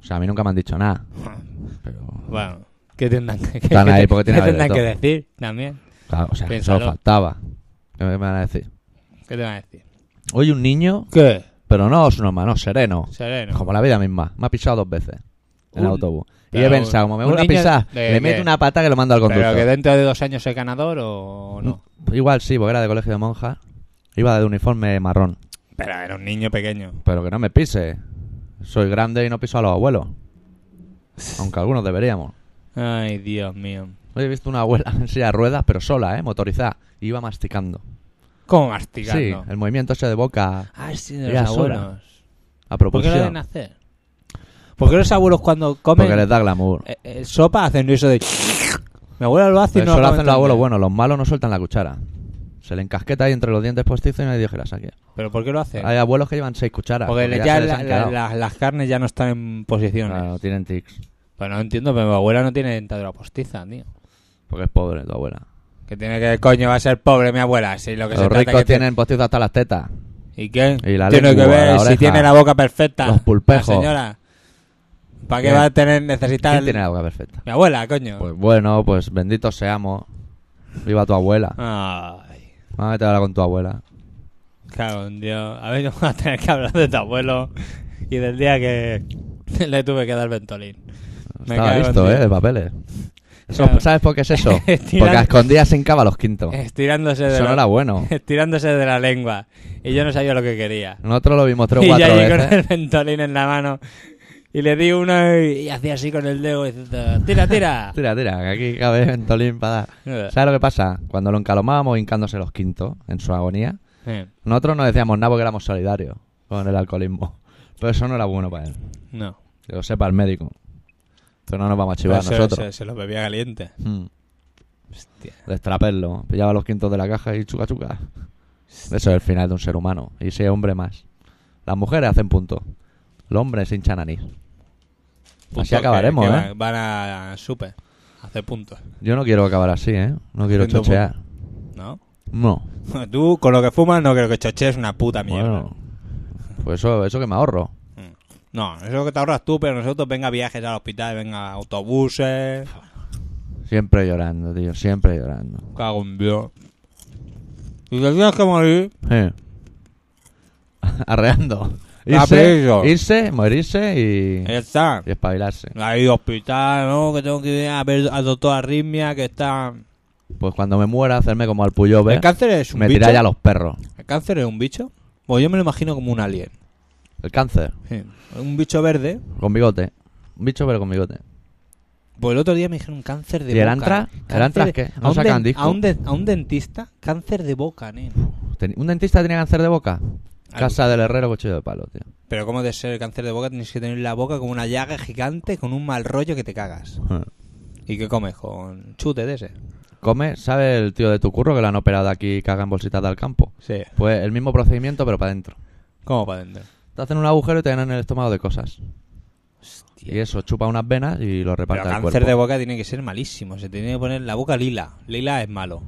[SPEAKER 2] O sea, a mí nunca me han dicho nada. Pero,
[SPEAKER 3] Bueno, ¿qué tendrán que, qué-
[SPEAKER 2] Están
[SPEAKER 3] qué-
[SPEAKER 2] ahí porque
[SPEAKER 3] qué
[SPEAKER 2] tienen que
[SPEAKER 3] tendrán que
[SPEAKER 2] haber de
[SPEAKER 3] decir también?
[SPEAKER 2] claro, o sea, que
[SPEAKER 3] Piénsalo.
[SPEAKER 2] solo faltaba. ¿Qué me van a decir?
[SPEAKER 3] ¿Qué te van a decir?
[SPEAKER 2] Hoy un niño,
[SPEAKER 3] ¿Qué?
[SPEAKER 2] pero no su normal, no, sereno.
[SPEAKER 3] Sereno.
[SPEAKER 2] Como la vida misma. Me ha pisado dos veces en el
[SPEAKER 3] Un-
[SPEAKER 2] autobús. Y
[SPEAKER 3] pero
[SPEAKER 2] he pensado, como me
[SPEAKER 3] un
[SPEAKER 2] vuelve a
[SPEAKER 3] niño
[SPEAKER 2] pisar,
[SPEAKER 3] de-
[SPEAKER 2] le
[SPEAKER 3] de-
[SPEAKER 2] meto una pata que lo mando al
[SPEAKER 3] ¿Pero que
[SPEAKER 2] conductor. Mm.
[SPEAKER 3] dentro de dos años soy ganador o no?
[SPEAKER 2] Igual sí, porque era de colegio de monjas. Iba de uniforme marrón.
[SPEAKER 3] Pero era un niño pequeño.
[SPEAKER 2] Pero que no me pise. Soy grande y no piso a los abuelos. Aunque algunos deberíamos.
[SPEAKER 3] Ay, Dios mío.
[SPEAKER 2] Hoy he visto una abuela en silla de ruedas, pero sola, ¿eh? Motorizada. Y iba masticando.
[SPEAKER 3] ¿Cómo
[SPEAKER 2] Sí,
[SPEAKER 3] masticando?
[SPEAKER 2] el movimiento ese de boca
[SPEAKER 3] Ah, sí, de
[SPEAKER 2] Era
[SPEAKER 3] los
[SPEAKER 2] sola.
[SPEAKER 3] abuelos.
[SPEAKER 2] a
[SPEAKER 3] ¿Por qué no deben
[SPEAKER 2] propulsión.
[SPEAKER 3] hacer? ¿Por qué los abuelos cuando comen
[SPEAKER 2] porque les da glamour.
[SPEAKER 3] eh, eh, sopa hacen eso de... Mi abuelo lo hace y no
[SPEAKER 2] Pero eso lo
[SPEAKER 3] acabo de
[SPEAKER 2] hacen los abuelos
[SPEAKER 3] entender.
[SPEAKER 2] buenos. Los malos no sueltan la cuchara. Se le encasqueta ahí entre los dientes postizos y nadie dijo que la saque.
[SPEAKER 3] ¿Pero por qué lo hacen?
[SPEAKER 2] Hay abuelos que llevan seis cucharas.
[SPEAKER 3] Porque
[SPEAKER 2] porque
[SPEAKER 3] ya,
[SPEAKER 2] se les
[SPEAKER 3] la-
[SPEAKER 2] han
[SPEAKER 3] la-
[SPEAKER 2] quedado.
[SPEAKER 3] la- las carnes ya no están en posición.
[SPEAKER 2] Claro, tienen tics.
[SPEAKER 3] Pues no entiendo, pero mi abuela no tiene dentadura postiza, tío.
[SPEAKER 2] Porque es pobre tu abuela.
[SPEAKER 3] Que tiene que, coño, va a ser pobre mi abuela. Si lo que se
[SPEAKER 2] Los
[SPEAKER 3] trata
[SPEAKER 2] ricos
[SPEAKER 3] que te-
[SPEAKER 2] tienen postizos hasta las tetas.
[SPEAKER 3] ¿Y qué?
[SPEAKER 2] y la
[SPEAKER 3] tiene
[SPEAKER 2] lengua,
[SPEAKER 3] que ver
[SPEAKER 2] la
[SPEAKER 3] si
[SPEAKER 2] oreja,
[SPEAKER 3] tiene la boca perfecta.
[SPEAKER 2] los pulpejos.
[SPEAKER 3] La señora. ¿Para qué
[SPEAKER 2] ¿Quién?
[SPEAKER 3] va a tener necesitar
[SPEAKER 2] ¿Quién tiene la boca perfecta?
[SPEAKER 3] mi abuela, coño?
[SPEAKER 2] Pues bueno, pues benditos seamos. Viva tu abuela.
[SPEAKER 3] Ay,
[SPEAKER 2] Vamos a hablar con tu abuela.
[SPEAKER 3] cago en Dios. A ver, vamos a tener que hablar de tu abuelo y del día que le tuve que dar Ventolín. Me
[SPEAKER 2] Estaba
[SPEAKER 3] cago en
[SPEAKER 2] listo,
[SPEAKER 3] Dios.
[SPEAKER 2] ¿eh? De papeles. Eso,
[SPEAKER 3] Claro.
[SPEAKER 2] ¿Sabes por qué es eso? Porque
[SPEAKER 3] Estirando-
[SPEAKER 2] a escondidas se encaba los quintos.
[SPEAKER 3] Estirándose de
[SPEAKER 2] eh. Eso no
[SPEAKER 3] la-
[SPEAKER 2] era bueno.
[SPEAKER 3] estirándose de la lengua. Y yo no sabía lo que quería.
[SPEAKER 2] Nosotros lo vimos tres o
[SPEAKER 3] y
[SPEAKER 2] cuatro
[SPEAKER 3] ya llegué con
[SPEAKER 2] veces.
[SPEAKER 3] el ventolín en la mano. Y le di uno y, y hacía así con el dedo diciendo, tira, tira.
[SPEAKER 2] Tira, tira, que aquí cabe ventolín para dar. ¿Sabes lo que pasa? Cuando lo encalomábamos hincándose los quintos en su agonía,
[SPEAKER 3] Eh,
[SPEAKER 2] nosotros no decíamos nada porque éramos solidarios con el alcoholismo. Pero eso no era bueno para él.
[SPEAKER 3] no.
[SPEAKER 2] Que lo sepa el médico. Pero no nos vamos a chivar
[SPEAKER 3] Eso-
[SPEAKER 2] nosotros.
[SPEAKER 3] Se, se lo bebía caliente.
[SPEAKER 2] Mm.
[SPEAKER 3] Hostia.
[SPEAKER 2] Destraperlo. Pillaba los quintos de la caja y chuca chuca. Eso es el final de un ser humano. Y si es hombre más. Las mujeres hacen punto. Los hombres se hinchan anís. Así
[SPEAKER 3] que-
[SPEAKER 2] acabaremos,
[SPEAKER 3] que
[SPEAKER 2] ¿eh?
[SPEAKER 3] Van, van a, super. A hacer puntos.
[SPEAKER 2] Yo no quiero acabar así, ¿eh? No quiero
[SPEAKER 3] Haciendo
[SPEAKER 2] chochear.
[SPEAKER 3] ¿No?
[SPEAKER 2] No.
[SPEAKER 3] Tú, con lo que fumas, no creo que choches una puta mierda.
[SPEAKER 2] Bueno. Pues eso, eso que me ahorro.
[SPEAKER 3] No, eso que te ahorras tú, pero nosotros venga viajes al hospital, venga autobuses.
[SPEAKER 2] Siempre llorando, tío. Siempre llorando.
[SPEAKER 3] Cago en Dios. Si te tienes que morir,
[SPEAKER 2] Eh, arreando.
[SPEAKER 3] Rapidillo.
[SPEAKER 2] Irse, irse, morirse y,
[SPEAKER 3] Ya está.
[SPEAKER 2] y espabilarse.
[SPEAKER 3] Ahí, hospital, ¿no? Que tengo que ir a ver al doctor Arritmia, que está...
[SPEAKER 2] Pues cuando me muera, hacerme como al Puyove,
[SPEAKER 3] El cáncer es un
[SPEAKER 2] me
[SPEAKER 3] bicho.
[SPEAKER 2] tirar ya a los perros.
[SPEAKER 3] ¿El cáncer es un bicho? Pues yo me lo imagino como un alien.
[SPEAKER 2] El cáncer,
[SPEAKER 3] Sí. Un bicho verde.
[SPEAKER 2] con bigote. Un bicho pero con bigote.
[SPEAKER 3] Pues el otro día me dijeron cáncer de
[SPEAKER 2] ¿Y el
[SPEAKER 3] boca. ¿eh?
[SPEAKER 2] Antra? ¿El
[SPEAKER 3] Cáncer
[SPEAKER 2] Antra
[SPEAKER 3] de-
[SPEAKER 2] qué? No
[SPEAKER 3] a, un
[SPEAKER 2] sacan
[SPEAKER 3] den-
[SPEAKER 2] disco.
[SPEAKER 3] a un den- a un dentista, cáncer de boca, nen.
[SPEAKER 2] Ten- Pues ¿Un dentista tenía cáncer de boca? Casa del herrero, cuchillo de palo, tío.
[SPEAKER 3] Pero ¿cómo de ser el cáncer de boca? Tienes que tener la boca como una llaga gigante con un mal rollo que te cagas. ¿Y qué comes? Con chute de ese.
[SPEAKER 2] Come, ¿sabe el tío de tu curro que lo han operado aquí y caga en bolsitas del campo?
[SPEAKER 3] Sí.
[SPEAKER 2] Pues el mismo procedimiento, pero para adentro.
[SPEAKER 3] ¿Cómo para adentro?
[SPEAKER 2] Te hacen un agujero y te llenan el estómago de cosas.
[SPEAKER 3] Hostia.
[SPEAKER 2] Y eso, chupa unas venas y lo
[SPEAKER 3] Pero
[SPEAKER 2] reparte al
[SPEAKER 3] cáncer
[SPEAKER 2] cuerpo.
[SPEAKER 3] de boca tiene que ser malísimo. Se tiene que poner la boca lila. Lila es malo.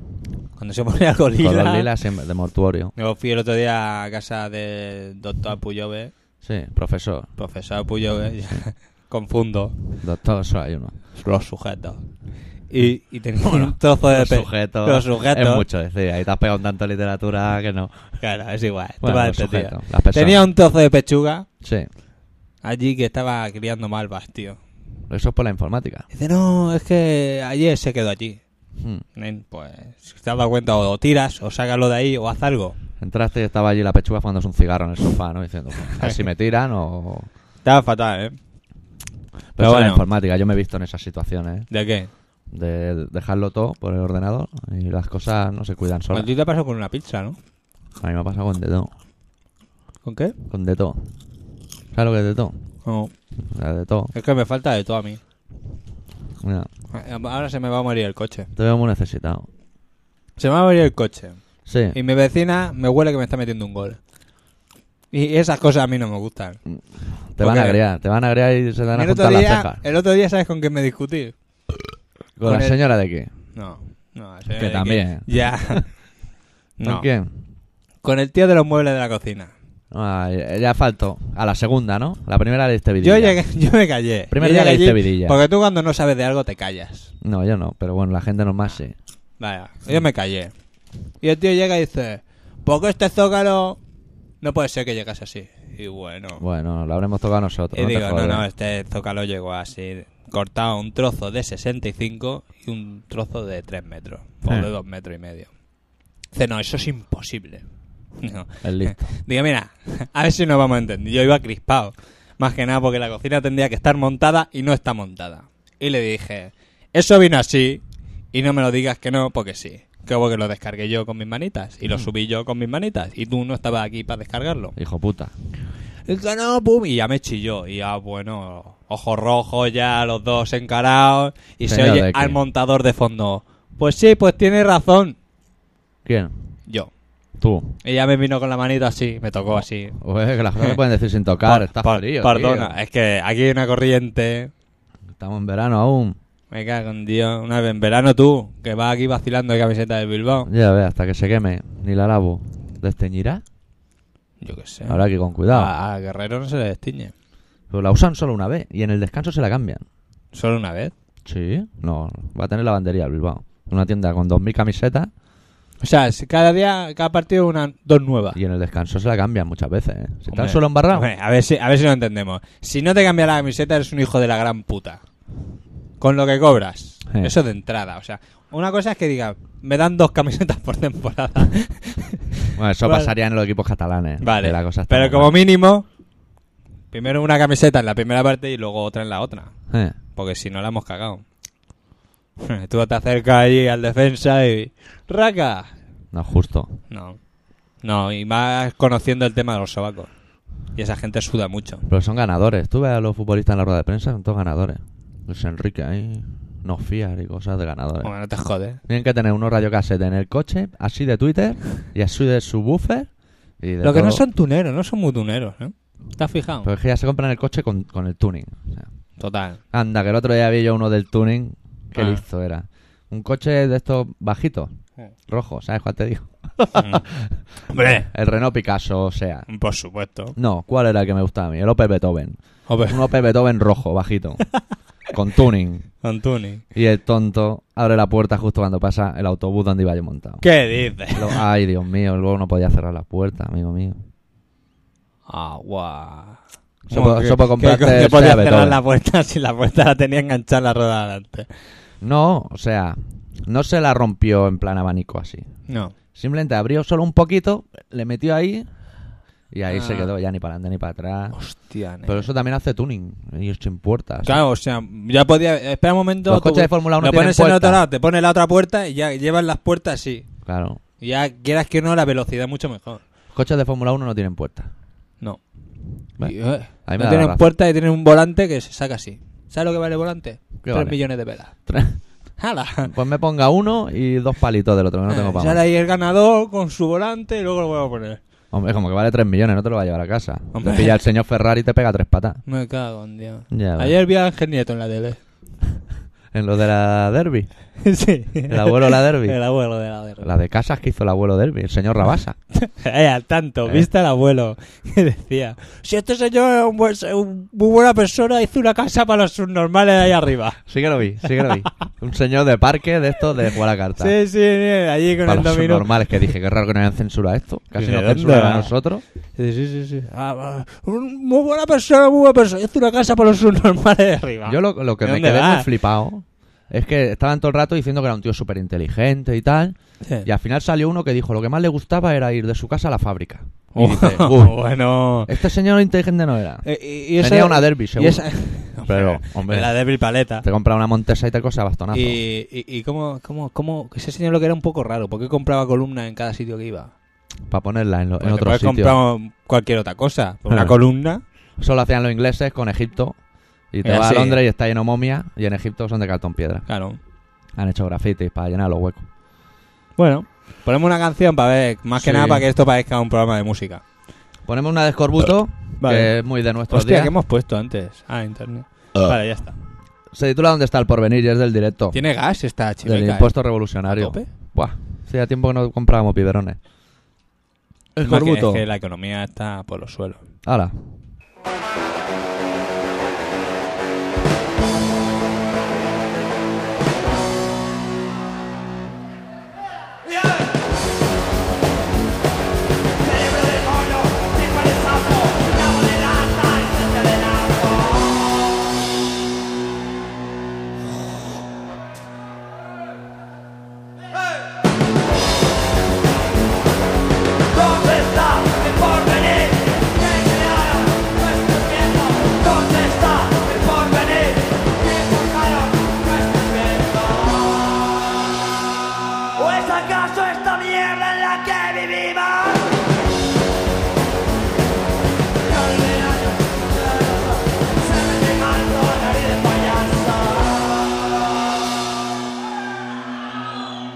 [SPEAKER 3] Cuando se pone algo lila.
[SPEAKER 2] Color lila siempre- de mortuorio.
[SPEAKER 3] Yo fui el otro día a casa del doctor Puyove,
[SPEAKER 2] Sí, profesor.
[SPEAKER 3] profesor Puyove, confundo
[SPEAKER 2] Doctor, solo hay uno.
[SPEAKER 3] los sujetos. Y, y tenía un trozo de
[SPEAKER 2] Los
[SPEAKER 3] pe-
[SPEAKER 2] sujetos.
[SPEAKER 3] Los sujetos.
[SPEAKER 2] Es mucho decir. Ahí te has pegado un tanto de literatura que no.
[SPEAKER 3] Claro, es igual. tú
[SPEAKER 2] Bueno,
[SPEAKER 3] vas
[SPEAKER 2] los
[SPEAKER 3] a entender.
[SPEAKER 2] sujetos, las personas.
[SPEAKER 3] Tenía un trozo de pechuga
[SPEAKER 2] Sí.
[SPEAKER 3] allí que estaba criando malvas, tío.
[SPEAKER 2] Eso es por la informática.
[SPEAKER 3] Dice, no, es que ayer se quedó allí.
[SPEAKER 2] Hmm.
[SPEAKER 3] Nen, pues, si te has dado cuenta, o lo tiras, o sácalo de ahí, o haz algo.
[SPEAKER 2] Entraste y estaba allí la pechuga fumándose un cigarro en el sofá, ¿no? Diciendo, "Pues, a ver si me tiran o...
[SPEAKER 3] Estaba fatal, ¿eh?
[SPEAKER 2] Pero,
[SPEAKER 3] Pero
[SPEAKER 2] eso es
[SPEAKER 3] bueno.
[SPEAKER 2] la informática. Yo me he visto en esas situaciones, ¿eh?
[SPEAKER 3] ¿De qué?
[SPEAKER 2] De dejarlo todo por el ordenador y las cosas no se cuidan
[SPEAKER 3] A
[SPEAKER 2] solas.
[SPEAKER 3] ti Pues te pasó con una pizza, ¿no?
[SPEAKER 2] A mí me ha pasado con de todo.
[SPEAKER 3] ¿Con qué?
[SPEAKER 2] Con de todo. ¿Sabes lo que es de todo?
[SPEAKER 3] No,
[SPEAKER 2] La De todo.
[SPEAKER 3] es que me falta de todo a mí.
[SPEAKER 2] Mira,
[SPEAKER 3] Ahora se me va a morir el coche.
[SPEAKER 2] te veo muy necesitado.
[SPEAKER 3] Se me va a morir el coche.
[SPEAKER 2] Sí.
[SPEAKER 3] Y mi vecina me huele que me está metiendo un gol. Y esas cosas a mí no me gustan.
[SPEAKER 2] Te van
[SPEAKER 3] Porque-
[SPEAKER 2] a agrear, te van a agrear y se te van a
[SPEAKER 3] el, otro
[SPEAKER 2] juntar las
[SPEAKER 3] día,
[SPEAKER 2] cejas.
[SPEAKER 3] el otro día, ¿sabes con quién me discutí?
[SPEAKER 2] ¿Con la
[SPEAKER 3] con el-
[SPEAKER 2] señora de qué?
[SPEAKER 3] No, no, señora,
[SPEAKER 2] Que
[SPEAKER 3] ¿de qué?
[SPEAKER 2] también.
[SPEAKER 3] Ya.
[SPEAKER 2] ¿Con
[SPEAKER 3] No.
[SPEAKER 2] quién?
[SPEAKER 3] Con el tío de los muebles de la cocina.
[SPEAKER 2] Ah, ya- ya faltó. A la segunda, ¿no? La primera de este vídeo.
[SPEAKER 3] Yo, llegué, yo me callé.
[SPEAKER 2] Primer
[SPEAKER 3] Yo
[SPEAKER 2] día
[SPEAKER 3] llegué
[SPEAKER 2] que diste
[SPEAKER 3] allí
[SPEAKER 2] vidilla.
[SPEAKER 3] Porque tú cuando no sabes de algo te callas.
[SPEAKER 2] No, yo no, pero bueno, la gente normal sí.
[SPEAKER 3] Vaya, yo me callé. Y el tío llega y dice, ¿por qué este zócalo no puede ser que llegas así? Y bueno.
[SPEAKER 2] Bueno, lo habremos tocado nosotros.
[SPEAKER 3] y
[SPEAKER 2] no te
[SPEAKER 3] digo, no,
[SPEAKER 2] jodas.
[SPEAKER 3] no, este zócalo llegó así. Cortado un trozo de 65 y un trozo de 3 metros. O
[SPEAKER 2] Eh.
[SPEAKER 3] de 2 metros y medio. Dice, no, eso es imposible. No.
[SPEAKER 2] Es listo.
[SPEAKER 3] Digo, mira, a ver si nos vamos a entender. Yo iba crispado. Más que nada porque la cocina tendría que estar montada y no está montada. Y le dije, eso vino así y no me lo digas que no porque sí. Que hubo que lo descargué yo con mis manitas
[SPEAKER 2] Mm.
[SPEAKER 3] y lo subí yo con mis manitas y tú no estabas aquí para descargarlo.
[SPEAKER 2] Hijo puta.
[SPEAKER 3] El canal, pum, y ya me chilló. Y ya, bueno, ojos rojos ya, los dos encarados. Y se
[SPEAKER 2] Señor
[SPEAKER 3] oye
[SPEAKER 2] de aquí.
[SPEAKER 3] al montador de fondo. Pues sí, pues tiene razón.
[SPEAKER 2] ¿Quién?
[SPEAKER 3] Yo.
[SPEAKER 2] Tú.
[SPEAKER 3] Ella me vino con la manita así, me tocó así.
[SPEAKER 2] Oye, que las cosas se pueden decir sin tocar.
[SPEAKER 3] Par-
[SPEAKER 2] Estás
[SPEAKER 3] par-
[SPEAKER 2] frío,
[SPEAKER 3] Perdona, eh.
[SPEAKER 2] tío.
[SPEAKER 3] es que aquí hay una corriente.
[SPEAKER 2] Estamos en verano aún.
[SPEAKER 3] Me cago en Dios. Una vez en verano tú, que vas aquí vacilando de camiseta de Bilbao.
[SPEAKER 2] Ya ve, hasta que se queme. Ni la lavo. ¿Desteñirá?
[SPEAKER 3] Yo qué sé.
[SPEAKER 2] Habrá que ir con cuidado.
[SPEAKER 3] a, a Guerrero no se le destiñe.
[SPEAKER 2] Pero la usan solo una vez y en el descanso se la cambian.
[SPEAKER 3] Solo una vez.
[SPEAKER 2] Sí. No, va a tener lavandería el Bilbao. Una tienda con 2.000 camisetas
[SPEAKER 3] O sea, si cada día, cada partido una, dos nuevas.
[SPEAKER 2] y en el descanso se la cambian muchas veces. ¿eh?
[SPEAKER 3] Ah.
[SPEAKER 2] Si
[SPEAKER 3] Hombre,
[SPEAKER 2] están solo embarrados.
[SPEAKER 3] hombre, a, ver si, a ver si lo entendemos. Si no te cambia la camiseta, eres un hijo de la gran puta. Con lo que cobras.
[SPEAKER 2] Sí.
[SPEAKER 3] Eso de entrada. O sea, una cosa es que diga, me dan dos camisetas por temporada.
[SPEAKER 2] Bueno, eso
[SPEAKER 3] Vale.
[SPEAKER 2] pasaría en los equipos catalanes.
[SPEAKER 3] vale.
[SPEAKER 2] que la cosa está
[SPEAKER 3] Pero
[SPEAKER 2] muy
[SPEAKER 3] como
[SPEAKER 2] mal.
[SPEAKER 3] mínimo, primero una camiseta en la primera parte y luego otra en la otra.
[SPEAKER 2] Eh,
[SPEAKER 3] Porque si no, la hemos cagado. Tú te acercas allí al defensa y. ¡Raca!
[SPEAKER 2] no, justo.
[SPEAKER 3] No. No, y más conociendo el tema de los sobacos. Y esa gente suda mucho.
[SPEAKER 2] Pero son ganadores. Tú ves a los futbolistas en la rueda de prensa, son todos ganadores. Luis Enrique ahí, no fiar y cosas de ganadores.
[SPEAKER 3] Bueno, no te jodes.
[SPEAKER 2] Tienen que tener unos radiocassettes en el coche, así de Twitter y así de su buffer. Y de
[SPEAKER 3] Lo que no
[SPEAKER 2] todo.
[SPEAKER 3] son tuneros, no son muy tuneros, ¿eh? ¿Te has fijado?
[SPEAKER 2] Pero es que ya se compran el coche con, con el tuning. o sea.
[SPEAKER 3] Total.
[SPEAKER 2] Anda, que el otro día vi yo uno del tuning. Qué
[SPEAKER 3] Ah.
[SPEAKER 2] listo era. Un coche de estos bajitos,
[SPEAKER 3] Eh.
[SPEAKER 2] rojo, ¿sabes cuál te digo?
[SPEAKER 3] Mm. Hombre,
[SPEAKER 2] El Renault Picasso, o sea.
[SPEAKER 3] por supuesto.
[SPEAKER 2] No, ¿cuál era el que me gustaba a mí? El Opel Beethoven.
[SPEAKER 3] Hombre,
[SPEAKER 2] Un Opel Beethoven rojo, bajito. con tuning.
[SPEAKER 3] Antuni.
[SPEAKER 2] Y el tonto abre la puerta justo cuando pasa el autobús donde iba yo montado.
[SPEAKER 3] ¿Qué dices?
[SPEAKER 2] Lo- ay, Dios mío, luego no podía cerrar la puerta, amigo mío.
[SPEAKER 3] Agua.
[SPEAKER 2] Eso po- eso po
[SPEAKER 3] que,
[SPEAKER 2] comprarte sea
[SPEAKER 3] podías cerrar
[SPEAKER 2] Beethoven.
[SPEAKER 3] la puerta si la puerta la tenía enganchada en la rueda de adelante.
[SPEAKER 2] No, o sea, no se la rompió en plan abanico así.
[SPEAKER 3] No.
[SPEAKER 2] Simplemente abrió solo un poquito, le metió ahí y ahí se
[SPEAKER 3] Ah.
[SPEAKER 2] quedó ya ni para adelante ni para atrás.
[SPEAKER 3] Hostia, nene.
[SPEAKER 2] Pero eso también hace tuning, y esto en puertas.
[SPEAKER 3] Claro, o sea, ya podía. Espera un momento.
[SPEAKER 2] Los coches
[SPEAKER 3] tú-
[SPEAKER 2] de Fórmula 1
[SPEAKER 3] Lo
[SPEAKER 2] tienen
[SPEAKER 3] pones en el otro
[SPEAKER 2] puerta.
[SPEAKER 3] lado, te pones la otra puerta y ya llevas las puertas así.
[SPEAKER 2] Claro.
[SPEAKER 3] Y Ya quieras que no, la velocidad es mucho mejor.
[SPEAKER 2] Los coches de Fórmula 1 no tienen puertas.
[SPEAKER 3] No.
[SPEAKER 2] Bueno,
[SPEAKER 3] Y, eh,
[SPEAKER 2] ahí
[SPEAKER 3] no
[SPEAKER 2] me da la
[SPEAKER 3] tienen
[SPEAKER 2] razón.
[SPEAKER 3] puerta y tienen un volante que se saca así. ¿Sabes lo que vale el volante? Tres
[SPEAKER 2] vale?
[SPEAKER 3] millones de pelas. ¡Hala!
[SPEAKER 2] Pues me ponga uno y dos palitos del otro, que no tengo para
[SPEAKER 3] Sale
[SPEAKER 2] más.
[SPEAKER 3] Eh, ahí el ganador con su volante y luego lo voy a poner.
[SPEAKER 2] Hombre, como que vale 3 millones, no te lo va a llevar a casa.
[SPEAKER 3] Hombre.
[SPEAKER 2] Te pilla el señor Ferrari y te pega tres patas.
[SPEAKER 3] Me cago en Dios.
[SPEAKER 2] Ya ves.
[SPEAKER 3] Ayer vi a Ángel Nieto en la tele.
[SPEAKER 2] En lo de la derby.
[SPEAKER 3] sí.
[SPEAKER 2] El abuelo de la derbi.
[SPEAKER 3] El abuelo de la derbi.
[SPEAKER 2] La de casas que hizo el abuelo derby, el señor Rabasa.
[SPEAKER 3] Eh, al tanto,
[SPEAKER 2] Eh.
[SPEAKER 3] viste al abuelo que decía, si este señor es un buen- un- muy buena persona, hizo una casa para los subnormales de ahí arriba.
[SPEAKER 2] Sí que lo vi, sí que lo vi. Un señor de parque de estos de jugar a carta.
[SPEAKER 3] Sí, sí, sí, allí con
[SPEAKER 2] Para
[SPEAKER 3] el
[SPEAKER 2] los
[SPEAKER 3] dominó.
[SPEAKER 2] normales que dije, qué raro que no hayan censurado esto. Casi
[SPEAKER 3] ¿De
[SPEAKER 2] nos
[SPEAKER 3] dónde
[SPEAKER 2] censuran
[SPEAKER 3] va?
[SPEAKER 2] a nosotros.
[SPEAKER 3] Sí, sí, sí, sí. Ah, ah, un- muy buena persona, muy buena persona, hizo una casa para los subnormales de arriba.
[SPEAKER 2] Yo lo, lo que
[SPEAKER 3] ¿De
[SPEAKER 2] me
[SPEAKER 3] dónde
[SPEAKER 2] quedé
[SPEAKER 3] va?
[SPEAKER 2] muy flipado es que estaban todo el rato diciendo que era un tío súper inteligente y tal.
[SPEAKER 3] Sí.
[SPEAKER 2] Y al final salió uno que dijo, lo que más le gustaba era ir de su casa a la fábrica. Y
[SPEAKER 3] Oh,
[SPEAKER 2] dices, "Uy,
[SPEAKER 3] bueno.
[SPEAKER 2] este señor inteligente no era.
[SPEAKER 3] Eh, y- y
[SPEAKER 2] Tenía una derbi, seguro. Pero, hombre.
[SPEAKER 3] La derbi paleta.
[SPEAKER 2] Te compra una Montesa y te cosa bastonazo.
[SPEAKER 3] Y, y, y cómo, cómo, cómo, ese señor lo que era un poco raro, porque compraba columnas en cada sitio que iba.
[SPEAKER 2] Para ponerla en, lo- en
[SPEAKER 3] Pues te
[SPEAKER 2] otro
[SPEAKER 3] puedes
[SPEAKER 2] sitio. Eh.
[SPEAKER 3] comprar cualquier otra cosa. Una
[SPEAKER 2] Claro.
[SPEAKER 3] columna.
[SPEAKER 2] Eso lo hacían los ingleses con Egipto. Y te
[SPEAKER 3] Eh,
[SPEAKER 2] vas
[SPEAKER 3] sí.
[SPEAKER 2] a Londres y está lleno de momia. Y en Egipto son de cartón piedra.
[SPEAKER 3] Claro.
[SPEAKER 2] Han hecho grafitis para llenar los huecos.
[SPEAKER 3] Bueno. Ponemos una canción para ver, más que
[SPEAKER 2] Sí.
[SPEAKER 3] nada para que esto parezca un programa de música.
[SPEAKER 2] Ponemos una de escorbuto, que
[SPEAKER 3] Vale.
[SPEAKER 2] es muy de nuestros
[SPEAKER 3] Hostia, ¿qué
[SPEAKER 2] días.
[SPEAKER 3] hemos puesto antes? Ah, internet. Vale, ya está.
[SPEAKER 2] Se titula ¿Dónde está el porvenir? Y es del directo.
[SPEAKER 3] ¿Tiene gas esta
[SPEAKER 2] Del
[SPEAKER 3] chica?
[SPEAKER 2] impuesto revolucionario.
[SPEAKER 3] ¿A tope?
[SPEAKER 2] Buah, hacía tiempo que no comprábamos biberones.
[SPEAKER 3] Es que, es
[SPEAKER 2] escorbuto.
[SPEAKER 3] que la economía está por los suelos.
[SPEAKER 2] Hala.
[SPEAKER 4] ¿Dónde está el porvenir? ¿Quién crearon nuestros vientos? ¿Dónde está el porvenir? ¿Quién forjaron nuestros vientos? ¿O es acaso esta mierda en la que vivimos? Calderano, celoso, se mete mal con nariz de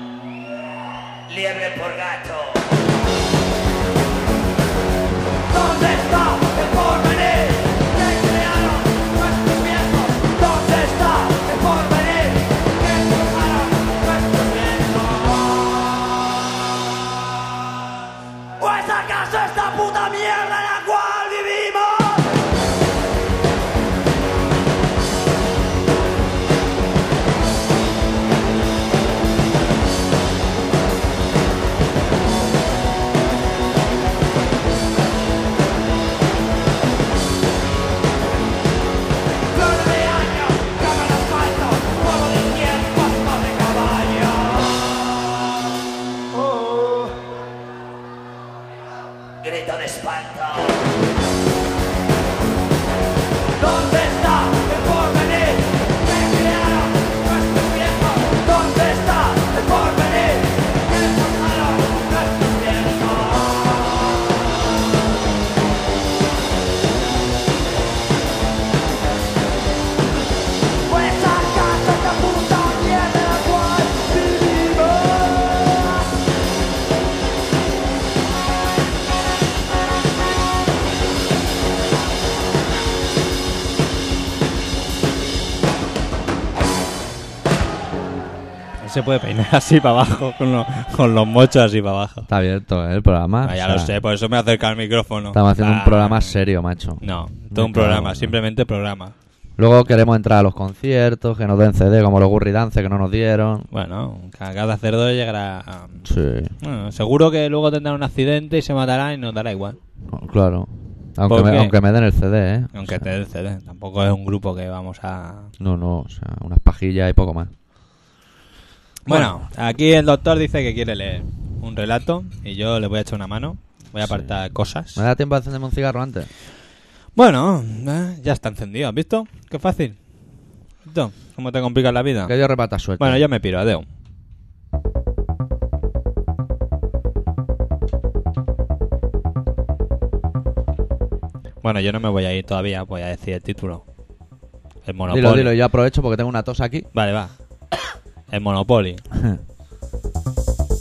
[SPEAKER 4] payaso. Liebre por gato. ¿Dónde está el porvenir? ¿Quién crearon nuestros vientos? ¿Dónde está el porvenir? ¿Quién forjaron nuestros vientos? ¿O es acaso esta puta mierda en la cual vivimos? Flor de año, cama de asfalto, fuego de piel, pasto de caballo. Grito de espanto. ¿Dónde está el porvenir? ¿Qué crearon nuestros viejos? ¿Dónde está el porvenir? ¿Qué forjaron nuestros viejos? Pues acaso esta puta mierda en la cual vivimos
[SPEAKER 3] No se puede peinar así para abajo, con, los- con los mochos así para abajo.
[SPEAKER 2] Está abierto ¿eh? el programa.
[SPEAKER 3] Ah, ya
[SPEAKER 2] O sea,
[SPEAKER 3] lo sé, por eso me acerca al micrófono.
[SPEAKER 2] Estamos haciendo
[SPEAKER 3] Ah,
[SPEAKER 2] un programa serio, macho.
[SPEAKER 3] No, todo un
[SPEAKER 2] Claro,
[SPEAKER 3] programa,
[SPEAKER 2] no.
[SPEAKER 3] simplemente programa.
[SPEAKER 2] Luego queremos entrar a los conciertos, que nos den CD, como los Gurry Dance que no nos dieron.
[SPEAKER 3] Bueno, ca- cada cerdo llegará a...
[SPEAKER 2] Sí,
[SPEAKER 3] Bueno, seguro que luego tendrá un accidente y se matará y nos dará igual.
[SPEAKER 2] no, claro. Aunque me,
[SPEAKER 3] Porque-
[SPEAKER 2] aunque me den el CD, ¿eh?
[SPEAKER 3] Aunque
[SPEAKER 2] O sea,
[SPEAKER 3] te den CD, tampoco es un grupo que vamos a...
[SPEAKER 2] No, no, o sea, unas pajillas y poco más.
[SPEAKER 3] Bueno, aquí el doctor dice que quiere leer un relato y yo le voy a echar una mano. Voy a apartar cosas.
[SPEAKER 2] ¿Me da tiempo de encenderme un cigarro antes?
[SPEAKER 3] Bueno, eh, ya está encendido, ¿has visto? Qué fácil. ¿Visto? ¿Cómo te complica la vida?
[SPEAKER 2] Que yo repata suerte.
[SPEAKER 3] Bueno, yo me piro, adeo. Bueno, yo no me voy a ir todavía, voy a decir el título. El Monopoly.
[SPEAKER 2] Dilo, dilo, yo aprovecho porque tengo una tos aquí.
[SPEAKER 3] Vale, va. El Monopoly.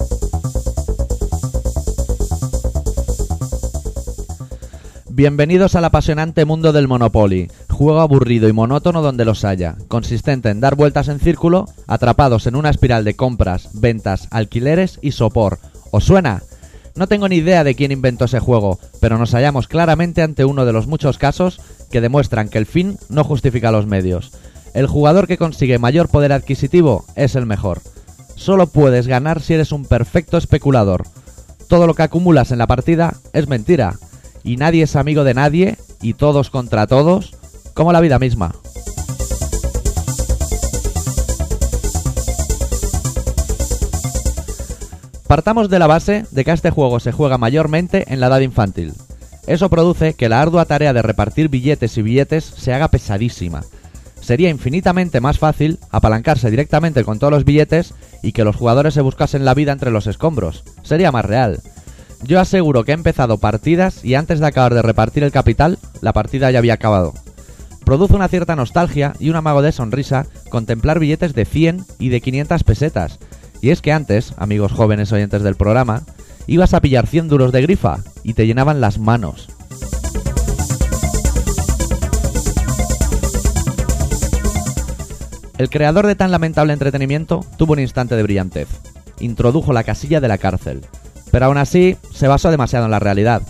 [SPEAKER 2] Bienvenidos al apasionante mundo del Monopoly, juego aburrido y monótono donde los haya, consistente en dar vueltas en círculo, atrapados en una espiral de compras, ventas, alquileres y sopor. ¿Os suena? No tengo ni idea de quién inventó ese juego, pero nos hallamos claramente ante uno de los muchos casos que demuestran que el fin no justifica los medios. El jugador que consigue mayor poder adquisitivo es el mejor. Solo puedes ganar si eres un perfecto especulador. Todo lo que acumulas en la partida es mentira. Y nadie es amigo de nadie y todos contra todos, como la vida misma. Partamos de la base de que a este juego se juega mayormente en la edad infantil. Eso produce que la ardua tarea de repartir billetes y billetes se haga pesadísima. Sería infinitamente más fácil apalancarse directamente con todos los billetes y que los jugadores se buscasen la vida entre los escombros. Sería más real. Yo aseguro que he empezado partidas y antes de acabar de repartir el capital, la partida ya había acabado. Produce una cierta nostalgia y un amago de sonrisa contemplar billetes de 100 y de 500 pesetas. Y es que antes, amigos jóvenes oyentes del programa, ibas a pillar 100 duros de grifa y te llenaban las manos. El creador de tan lamentable entretenimiento tuvo un instante de brillantez. Introdujo la casilla de la cárcel. Pero aún así, se basó demasiado en la realidad.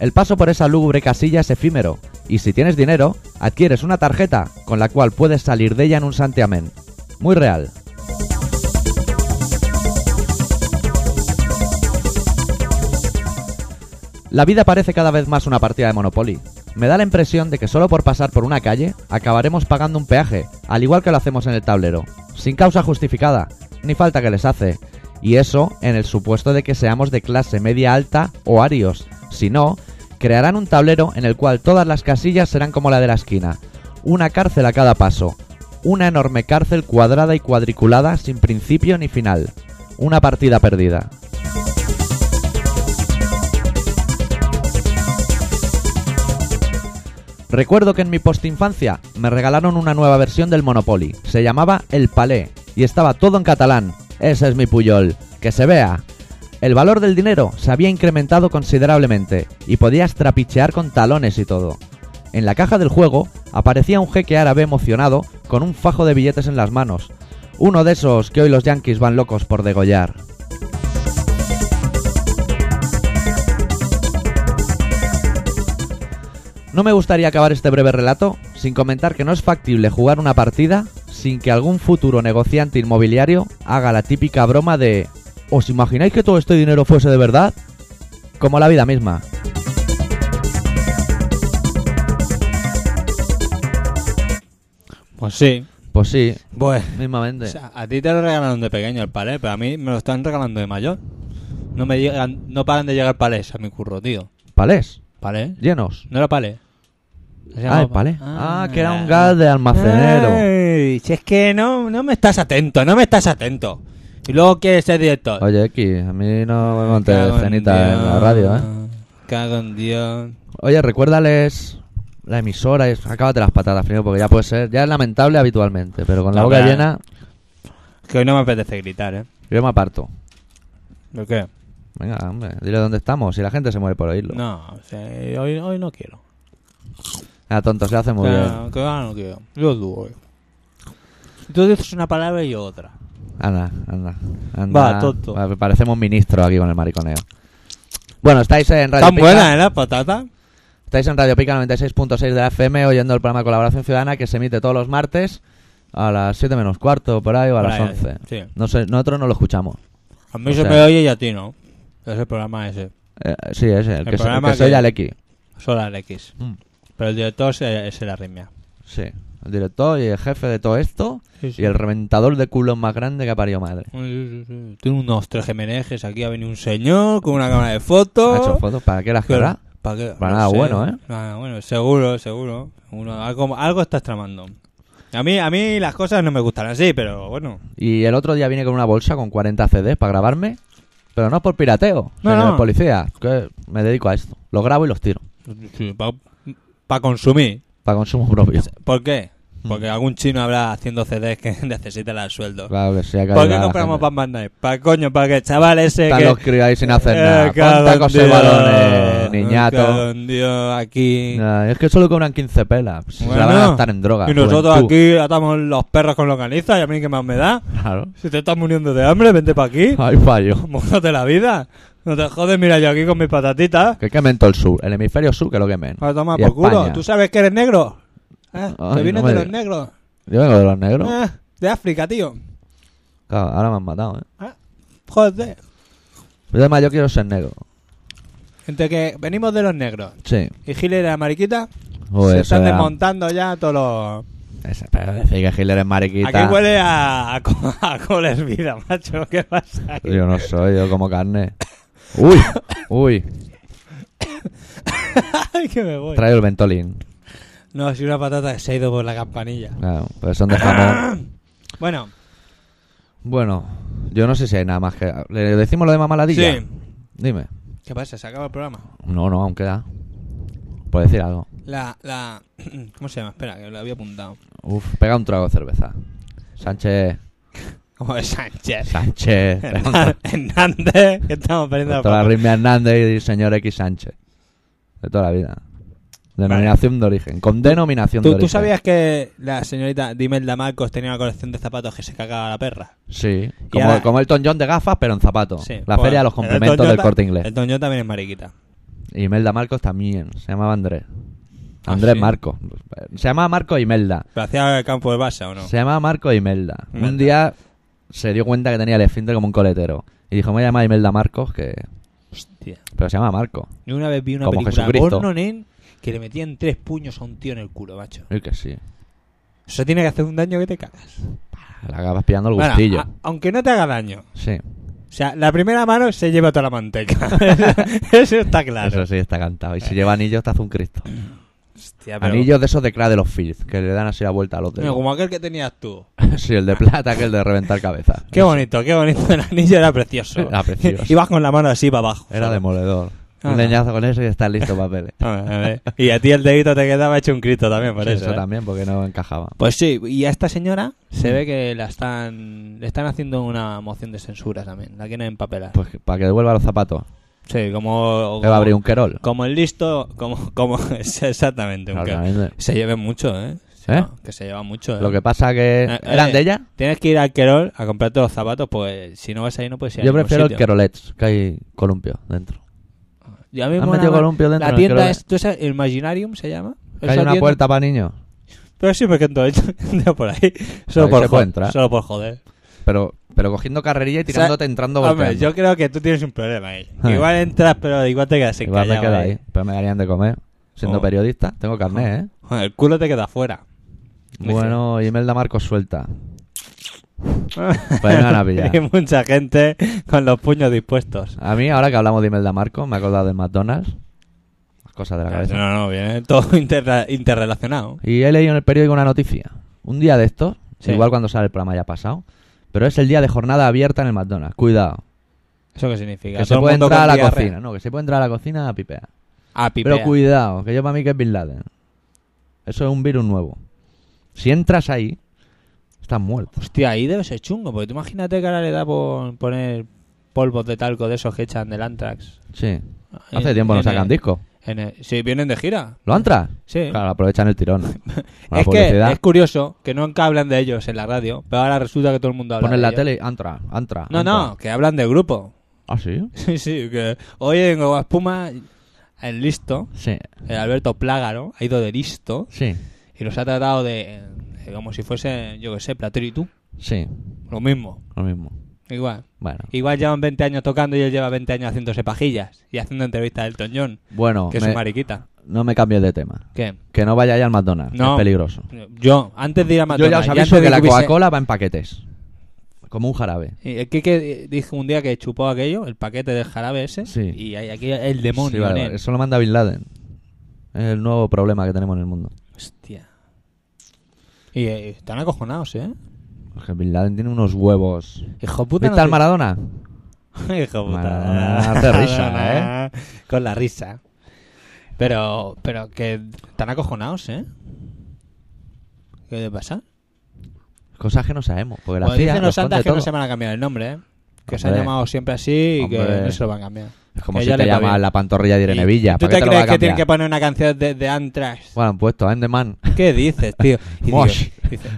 [SPEAKER 2] El paso por esa lúgubre casilla es efímero, y si tienes dinero, adquieres una tarjeta con la cual puedes salir de ella en un santiamén. Muy real. La vida parece cada vez más una partida de Monopoly. Me da la impresión de que solo por pasar por una calle acabaremos pagando un peaje, al igual que lo hacemos en el tablero, sin causa justificada, ni falta que les hace. Y eso en el supuesto de que seamos de clase media alta o arios. Si no, crearán un tablero en el cual todas las casillas serán como la de la esquina. Una cárcel a cada paso. Una enorme cárcel cuadrada y cuadriculada sin principio ni final. Una partida perdida. Recuerdo que en mi postinfancia me regalaron una nueva versión del Monopoly. Se llamaba El Palé y estaba todo en catalán. Ese es mi puyol. Que se vea. El valor del dinero se había incrementado considerablemente y podías trapichear con talones y todo. En la caja del juego aparecía un jeque árabe emocionado con un fajo de billetes en las manos. Uno de esos que hoy los yanquis van locos por degollar. No me gustaría acabar este breve relato sin comentar que no es factible jugar una partida sin que algún futuro negociante inmobiliario haga la típica broma de ¿Os imagináis que todo este dinero fuese de verdad? Como la vida misma.
[SPEAKER 3] Pues sí.
[SPEAKER 2] Pues sí,
[SPEAKER 3] Pues...
[SPEAKER 2] mismamente.
[SPEAKER 3] O sea, a ti te lo regalaron de pequeño el palé, pero a mí me lo están regalando de mayor. No me llegan, no paran de llegar palés a mi curro, tío.
[SPEAKER 2] Palés,
[SPEAKER 3] ¿Palé?
[SPEAKER 2] llenos.
[SPEAKER 3] ¿No era palé? Se
[SPEAKER 2] Ah, el
[SPEAKER 3] llamaba-
[SPEAKER 2] palé. Ah, que era un gas de almacenero.
[SPEAKER 3] Ay, si es que no, no me estás atento, no me estás atento. Y luego quieres ser director.
[SPEAKER 2] Oye, X, a mí no me
[SPEAKER 3] Cago
[SPEAKER 2] monté
[SPEAKER 3] en
[SPEAKER 2] cenita en la
[SPEAKER 3] Dios.
[SPEAKER 2] radio, ¿eh?
[SPEAKER 3] Cago en Dios.
[SPEAKER 2] Oye, recuérdales la emisora y acábate las patatas, primero, porque ya puede ser. Ya es lamentable habitualmente, pero con la
[SPEAKER 3] No,
[SPEAKER 2] boca
[SPEAKER 3] pero-
[SPEAKER 2] llena
[SPEAKER 3] Que hoy no me apetece gritar, ¿eh?
[SPEAKER 2] yo me aparto.
[SPEAKER 3] ¿Por qué?
[SPEAKER 2] Venga, hombre, dile dónde estamos. Si la gente se muere por oírlo.
[SPEAKER 3] No, o sea, hoy, hoy no quiero.
[SPEAKER 2] Ah, tonto, se lo hace
[SPEAKER 3] O
[SPEAKER 2] muy
[SPEAKER 3] sea, que ahora no quiero. Yo dudo. Tú dices una palabra y yo otra.
[SPEAKER 2] bien. Anda, anda, anda.
[SPEAKER 3] Va, tonto.
[SPEAKER 2] Va, parecemos ministros aquí con el mariconeo. Bueno, estáis en Radio
[SPEAKER 3] ¿Están
[SPEAKER 2] Pica.
[SPEAKER 3] buenas, eh, las patatas?
[SPEAKER 2] Estáis en Radio Pica 96.6 de la FM oyendo el programa Colaboración Ciudadana que se emite todos los martes a las 7 menos cuarto por ahí o a
[SPEAKER 3] Por
[SPEAKER 2] las
[SPEAKER 3] ahí,
[SPEAKER 2] 11.
[SPEAKER 3] sí.
[SPEAKER 2] No sé, nosotros no lo escuchamos.
[SPEAKER 3] A mí
[SPEAKER 2] O
[SPEAKER 3] se
[SPEAKER 2] sea-
[SPEAKER 3] me oye y a ti no. Es el programa ese.
[SPEAKER 2] Eh, sí, es el,
[SPEAKER 3] El
[SPEAKER 2] que, se- el
[SPEAKER 3] programa
[SPEAKER 2] que soy
[SPEAKER 3] que-
[SPEAKER 2] Aleki.
[SPEAKER 3] O Solar X.
[SPEAKER 2] Mm.
[SPEAKER 3] Pero el director se- es el arritmia.
[SPEAKER 2] Sí, el director y el jefe de todo esto y el reventador de culos más grande que ha parido madre.
[SPEAKER 3] Tiene unos trejemenejes. Aquí ha venido un señor con una cámara de
[SPEAKER 2] Ha hecho
[SPEAKER 3] fotos.
[SPEAKER 2] fotos, ¿para qué las
[SPEAKER 3] Que-
[SPEAKER 2] querrá?
[SPEAKER 3] ¿Para qué?
[SPEAKER 2] Para nada bueno, ¿eh?
[SPEAKER 3] Nada bueno, seguro, seguro. Uno- algo, algo estás tramando. A mí, a mí las cosas no me gustan así, pero bueno.
[SPEAKER 2] Y el otro día vine con una bolsa con 40 CDs para grabarme, pero no es por pirateo,
[SPEAKER 3] No,
[SPEAKER 2] señor
[SPEAKER 3] no.
[SPEAKER 2] policía, que me dedico a esto. Los grabo y los tiro,
[SPEAKER 3] Para consumir.
[SPEAKER 2] para consumo propio.
[SPEAKER 3] ¿Por qué?
[SPEAKER 2] Mm.
[SPEAKER 3] Porque algún chino habrá haciendo CDs que necesitan el sueldo.
[SPEAKER 2] Claro que sí, hay que
[SPEAKER 3] ¿Por
[SPEAKER 2] ayudar
[SPEAKER 3] qué
[SPEAKER 2] a la
[SPEAKER 3] compramos
[SPEAKER 2] gente.
[SPEAKER 3] Batman Night? ¿Para coño? ¿Para que el chaval ese
[SPEAKER 2] Están
[SPEAKER 3] que...
[SPEAKER 2] los críos ahí sin hacer
[SPEAKER 3] Eh,
[SPEAKER 2] nada.
[SPEAKER 3] cago
[SPEAKER 2] Ponte a
[SPEAKER 3] en
[SPEAKER 2] coser
[SPEAKER 3] Dios,
[SPEAKER 2] balones, niñato.
[SPEAKER 3] cago en Dios, aquí...
[SPEAKER 2] Ay, es que solo cobran 15 pelas. Si Se la van a
[SPEAKER 3] Bueno,
[SPEAKER 2] gastar en drogas.
[SPEAKER 3] Y nosotros
[SPEAKER 2] juventud.
[SPEAKER 3] aquí atamos los perros con localiza y a mí qué más me da.
[SPEAKER 2] Claro.
[SPEAKER 3] Si te estás muriendo de hambre, vente para aquí.
[SPEAKER 2] Ay, fallo.
[SPEAKER 3] Mójate la vida. No te jodes, mira yo aquí con mis patatitas.
[SPEAKER 2] Que quemen todo el sur. El hemisferio sur que lo quemen.
[SPEAKER 3] Para tomar
[SPEAKER 2] Y
[SPEAKER 3] por culo.
[SPEAKER 2] España.
[SPEAKER 3] ¿Tú sabes que eres negro? ¿Eh?
[SPEAKER 2] Ay,
[SPEAKER 3] que vienes
[SPEAKER 2] no me
[SPEAKER 3] de los
[SPEAKER 2] digas.
[SPEAKER 3] negros.
[SPEAKER 2] Yo vengo de los negros.
[SPEAKER 3] Eh, de África, tío.
[SPEAKER 2] Claro, ahora me han matado, ¿eh?
[SPEAKER 3] Joder.
[SPEAKER 2] Yo además yo quiero ser negro.
[SPEAKER 3] Entre que venimos de los negros
[SPEAKER 2] Sí.
[SPEAKER 3] y Hitler era mariquita, se
[SPEAKER 2] Joder,
[SPEAKER 3] están
[SPEAKER 2] Pues eso era-
[SPEAKER 3] desmontando ya todos los...
[SPEAKER 2] Ese- Pero decir que Hitler es mariquita.
[SPEAKER 3] Aquí huele a, a, co- a coles vida, macho. ¿Qué pasa aquí?
[SPEAKER 2] Yo no soy, yo como carne. Uy, uy.
[SPEAKER 3] Ay, que me voy.
[SPEAKER 2] Traigo el ventolín.
[SPEAKER 3] No, si una patata que se ha ido por la campanilla.
[SPEAKER 2] Claro, pero son de jamón.
[SPEAKER 3] Bueno,
[SPEAKER 2] Bueno, yo no sé si hay nada más que. ¿Le decimos lo de mamaladilla?
[SPEAKER 3] sí.
[SPEAKER 2] Dime.
[SPEAKER 3] ¿Qué pasa? ¿Se acaba el programa?
[SPEAKER 2] No, no, aún queda. Por decir algo.
[SPEAKER 3] La, la... ¿Cómo se llama? Espera, que lo había apuntado.
[SPEAKER 2] Uf, pega un trago de cerveza. Sánchez,
[SPEAKER 3] Como de Sánchez.
[SPEAKER 2] Sánchez. pega un trago.
[SPEAKER 3] Hernan- Hernández, que estamos perdiendo
[SPEAKER 2] De
[SPEAKER 3] la
[SPEAKER 2] toda la
[SPEAKER 3] papa.
[SPEAKER 2] Ritme Hernández y señor X Sánchez. De toda la vida. Denominación de origen. Con denominación de
[SPEAKER 3] ¿Tú,
[SPEAKER 2] origen.
[SPEAKER 3] tú sabías que la señorita Dimelda Marcos tenía una colección de zapatos que se cagaba la perra?
[SPEAKER 2] Sí. Como,
[SPEAKER 3] ahora-
[SPEAKER 2] como el John de gafas, pero en zapatos.
[SPEAKER 3] Sí.
[SPEAKER 2] la
[SPEAKER 3] Pues,
[SPEAKER 2] feria de los
[SPEAKER 3] el
[SPEAKER 2] complementos
[SPEAKER 3] Elton
[SPEAKER 2] del
[SPEAKER 3] John
[SPEAKER 2] corte
[SPEAKER 3] ta-
[SPEAKER 2] inglés.
[SPEAKER 3] El Toño también es mariquita.
[SPEAKER 2] Y Imelda Marcos también. Se llamaba Andrés.
[SPEAKER 3] Ah,
[SPEAKER 2] Andrés
[SPEAKER 3] ¿sí?
[SPEAKER 2] Marcos. Se llamaba Marcos Imelda.
[SPEAKER 3] ¿Lo hacía el campo de base o no?
[SPEAKER 2] Se llamaba Marco Imelda. Un
[SPEAKER 3] Imelda.
[SPEAKER 2] día se dio cuenta que tenía el esfínter como un coletero. Y dijo, me voy a llamar Imelda Marcos, que...
[SPEAKER 3] Hostia.
[SPEAKER 2] Pero se llama Marco.
[SPEAKER 3] Yo una vez vi una
[SPEAKER 2] Como
[SPEAKER 3] película
[SPEAKER 2] Jesucristo.
[SPEAKER 3] porno, nen, que le metían tres puños a un tío en el culo, macho.
[SPEAKER 2] Y que sí.
[SPEAKER 3] Eso tiene que hacer un daño que te cagas.
[SPEAKER 2] Le acabas pillando el
[SPEAKER 3] Bueno, ah,
[SPEAKER 2] gustillo.
[SPEAKER 3] a- aunque no te haga daño.
[SPEAKER 2] Sí.
[SPEAKER 3] O sea, la primera mano se lleva toda la manteca. Eso está claro.
[SPEAKER 2] Eso sí está cantado. Y si lleva anillos, te hace un Cristo.
[SPEAKER 3] Hostia, Eh. pero-
[SPEAKER 2] Anillos de esos de Cra de los Fields, que le dan así la vuelta a los
[SPEAKER 3] No,
[SPEAKER 2] dedos.
[SPEAKER 3] como aquel que tenías tú.
[SPEAKER 2] sí, el de plata, que el de reventar cabeza.
[SPEAKER 3] Qué bonito, qué bonito. El anillo era precioso.
[SPEAKER 2] Era precioso.
[SPEAKER 3] Ibas con la mano así para abajo.
[SPEAKER 2] Era demoledor.
[SPEAKER 3] Ah.
[SPEAKER 2] Un leñazo con eso y estás listo papeles.
[SPEAKER 3] A ver, a ver. Y a ti el dedito te quedaba hecho un cristo también, por
[SPEAKER 2] Sí,
[SPEAKER 3] eso.
[SPEAKER 2] eso
[SPEAKER 3] ¿eh? Mm.
[SPEAKER 2] también, porque no encajaba.
[SPEAKER 3] Pues sí, y a esta señora se ve que la están le están haciendo una moción de censura también. La quieren empapelar.
[SPEAKER 2] Pues que- para que devuelva los zapatos.
[SPEAKER 3] sí, como,
[SPEAKER 2] Le va a abrir un querol.
[SPEAKER 3] como el listo, como, como exactamente. un ca-
[SPEAKER 2] Claramente.
[SPEAKER 3] Se lleven mucho, ¿eh?
[SPEAKER 2] ¿Eh?
[SPEAKER 3] No, que se lleva mucho, ¿eh?
[SPEAKER 2] Lo que pasa que...
[SPEAKER 3] Eh,
[SPEAKER 2] ¿Eran
[SPEAKER 3] eh,
[SPEAKER 2] de ella?
[SPEAKER 3] Tienes que ir al Querol a comprarte los zapatos, pues si no vas ahí no puedes ir a
[SPEAKER 2] Yo
[SPEAKER 3] ningún
[SPEAKER 2] prefiero el
[SPEAKER 3] sitio.
[SPEAKER 2] Kerolets, que hay columpio dentro.
[SPEAKER 3] Y a mí me
[SPEAKER 2] Han
[SPEAKER 3] mola
[SPEAKER 2] metido
[SPEAKER 3] más-
[SPEAKER 2] columpio dentro en
[SPEAKER 3] La
[SPEAKER 2] el
[SPEAKER 3] tienda
[SPEAKER 2] Querol. ¿eh?
[SPEAKER 3] es, ¿tú sabes? el Imaginarium se llama.
[SPEAKER 2] Que
[SPEAKER 3] Esa
[SPEAKER 2] hay una
[SPEAKER 3] tienda-
[SPEAKER 2] puerta para niños.
[SPEAKER 3] Pero siempre que entro entro por ahí. Solo,
[SPEAKER 2] Ahí
[SPEAKER 3] por
[SPEAKER 2] se
[SPEAKER 3] jo-
[SPEAKER 2] puede entrar.
[SPEAKER 3] solo por joder.
[SPEAKER 2] Pero, pero cogiendo carrerilla y tirándote, entrando,
[SPEAKER 3] Hombre,
[SPEAKER 2] volteando.
[SPEAKER 3] yo creo que tú tienes un problema ahí.
[SPEAKER 2] Ah.
[SPEAKER 3] Igual entras, pero igual te quedas
[SPEAKER 2] Igual me
[SPEAKER 3] encallado
[SPEAKER 2] quedo ahí. Pero me darían de comer. Siendo
[SPEAKER 3] Oh.
[SPEAKER 2] periodista, tengo carnet, ¿eh?
[SPEAKER 3] Joder, El culo te queda fuera. Dice.
[SPEAKER 2] Bueno, Imelda Marcos suelta. Pues me van a pillar.
[SPEAKER 3] Hay mucha gente con los puños dispuestos.
[SPEAKER 2] A mí, ahora que hablamos de Imelda Marcos, me he acordado del McDonald's. Las cosas de la cabeza.
[SPEAKER 3] No, no, viene todo interra- interrelacionado.
[SPEAKER 2] Y he leído en el periódico una noticia. Un día de estos,
[SPEAKER 3] Sí.
[SPEAKER 2] igual cuando sale el programa ya ha pasado, pero es el día de jornada abierta en el McDonald's. Cuidado.
[SPEAKER 3] ¿Eso qué significa?
[SPEAKER 2] Que
[SPEAKER 3] Todo
[SPEAKER 2] se
[SPEAKER 3] el
[SPEAKER 2] puede
[SPEAKER 3] mundo
[SPEAKER 2] entrar a
[SPEAKER 3] con
[SPEAKER 2] la
[SPEAKER 3] diarrea.
[SPEAKER 2] cocina. No, que se puede entrar a la cocina a pipear.
[SPEAKER 3] Ah, pipea.
[SPEAKER 2] Pero cuidado, que yo para mí que es Bin Laden. Eso es un virus nuevo. Si entras ahí, estás muerto.
[SPEAKER 3] Hostia, ahí debe ser chungo, porque tú imagínate que ahora le da por poner polvos de talco de esos que echan del Antrax.
[SPEAKER 2] Sí.
[SPEAKER 3] Ahí
[SPEAKER 2] Hace tiempo no
[SPEAKER 3] en
[SPEAKER 2] sacan
[SPEAKER 3] el-
[SPEAKER 2] disco.
[SPEAKER 3] en el- Sí, vienen de gira.
[SPEAKER 2] ¿Lo entras?
[SPEAKER 3] Sí.
[SPEAKER 2] Claro, aprovechan el tirón. Con la
[SPEAKER 3] es
[SPEAKER 2] publicidad,
[SPEAKER 3] que es curioso que nunca hablan de ellos en la radio, pero ahora resulta que todo el mundo habla.
[SPEAKER 2] ponen
[SPEAKER 3] de
[SPEAKER 2] la
[SPEAKER 3] ellos.
[SPEAKER 2] tele, y entra, entra.
[SPEAKER 3] No,
[SPEAKER 2] entra.
[SPEAKER 3] no, que hablan del grupo.
[SPEAKER 2] ¿Ah, sí?
[SPEAKER 3] Sí, sí, que oye, en Goma Espuma, el listo,
[SPEAKER 2] Sí,
[SPEAKER 3] el eh, Alberto Plágaro, ha ido de listo
[SPEAKER 2] sí,
[SPEAKER 3] y los ha tratado de. eh, como si fuese, yo que sé, Platero y tú.
[SPEAKER 2] sí.
[SPEAKER 3] Lo mismo,
[SPEAKER 2] Lo mismo.
[SPEAKER 3] igual.
[SPEAKER 2] Bueno.
[SPEAKER 3] Igual llevan 20 años tocando y él lleva 20 años haciéndose pajillas y haciendo entrevistas del Elton John,
[SPEAKER 2] Bueno,
[SPEAKER 3] que es
[SPEAKER 2] me-
[SPEAKER 3] un mariquita.
[SPEAKER 2] no me cambies de tema.
[SPEAKER 3] ¿Qué?
[SPEAKER 2] Que no vayáis al McDonald's,
[SPEAKER 3] No.
[SPEAKER 2] es peligroso.
[SPEAKER 3] Yo, antes de ir a
[SPEAKER 2] Yo ya
[SPEAKER 3] McDonald's,
[SPEAKER 2] os
[SPEAKER 3] y
[SPEAKER 2] aviso
[SPEAKER 3] antes de
[SPEAKER 2] que la
[SPEAKER 3] hubiese-
[SPEAKER 2] Coca-Cola va en paquetes. Como un jarabe.
[SPEAKER 3] Y El Kike eh, dijo un día que chupó aquello, el paquete del jarabe ese,
[SPEAKER 2] Sí.
[SPEAKER 3] y hay aquí el
[SPEAKER 2] Sí,
[SPEAKER 3] demonio
[SPEAKER 2] vale,
[SPEAKER 3] en
[SPEAKER 2] vale.
[SPEAKER 3] él.
[SPEAKER 2] Eso lo manda Bin Laden. Es el nuevo problema que tenemos en el mundo.
[SPEAKER 3] Hostia. Y eh, están acojonados, ¿eh?
[SPEAKER 2] Es que Bin Laden tiene unos huevos.
[SPEAKER 3] Hijo puta.
[SPEAKER 2] ¿Viste
[SPEAKER 3] no
[SPEAKER 2] al
[SPEAKER 3] te-
[SPEAKER 2] Maradona?
[SPEAKER 3] Hijo puta.
[SPEAKER 2] Maradona hace risa, ¿eh?
[SPEAKER 3] Con la risa. Pero, pero que están acojonados, ¿eh? ¿Qué le pasa?
[SPEAKER 2] Cosas que no sabemos. Porque la
[SPEAKER 3] Pues
[SPEAKER 2] CIA
[SPEAKER 3] dicen
[SPEAKER 2] nos
[SPEAKER 3] los santas
[SPEAKER 2] esconde
[SPEAKER 3] que no
[SPEAKER 2] todo.
[SPEAKER 3] se van a cambiar el nombre, ¿eh? Que se han
[SPEAKER 2] Hombre.
[SPEAKER 3] llamado siempre así y que
[SPEAKER 2] Hombre.
[SPEAKER 3] no se lo van a cambiar.
[SPEAKER 2] Es como
[SPEAKER 3] que
[SPEAKER 2] si
[SPEAKER 3] ya
[SPEAKER 2] te
[SPEAKER 3] le va
[SPEAKER 2] llamas
[SPEAKER 3] bien.
[SPEAKER 2] la pantorrilla de Irene Villa.
[SPEAKER 3] ¿Tú
[SPEAKER 2] ¿para
[SPEAKER 3] te
[SPEAKER 2] qué te lo va
[SPEAKER 3] crees
[SPEAKER 2] a
[SPEAKER 3] que tienen que
[SPEAKER 2] cambiar?
[SPEAKER 3] poner una canción de, de Anthrax?
[SPEAKER 2] Bueno, han puesto a Man.
[SPEAKER 3] ¿Qué dices, tío? Y digo-
[SPEAKER 2] Mosh.
[SPEAKER 3] dice-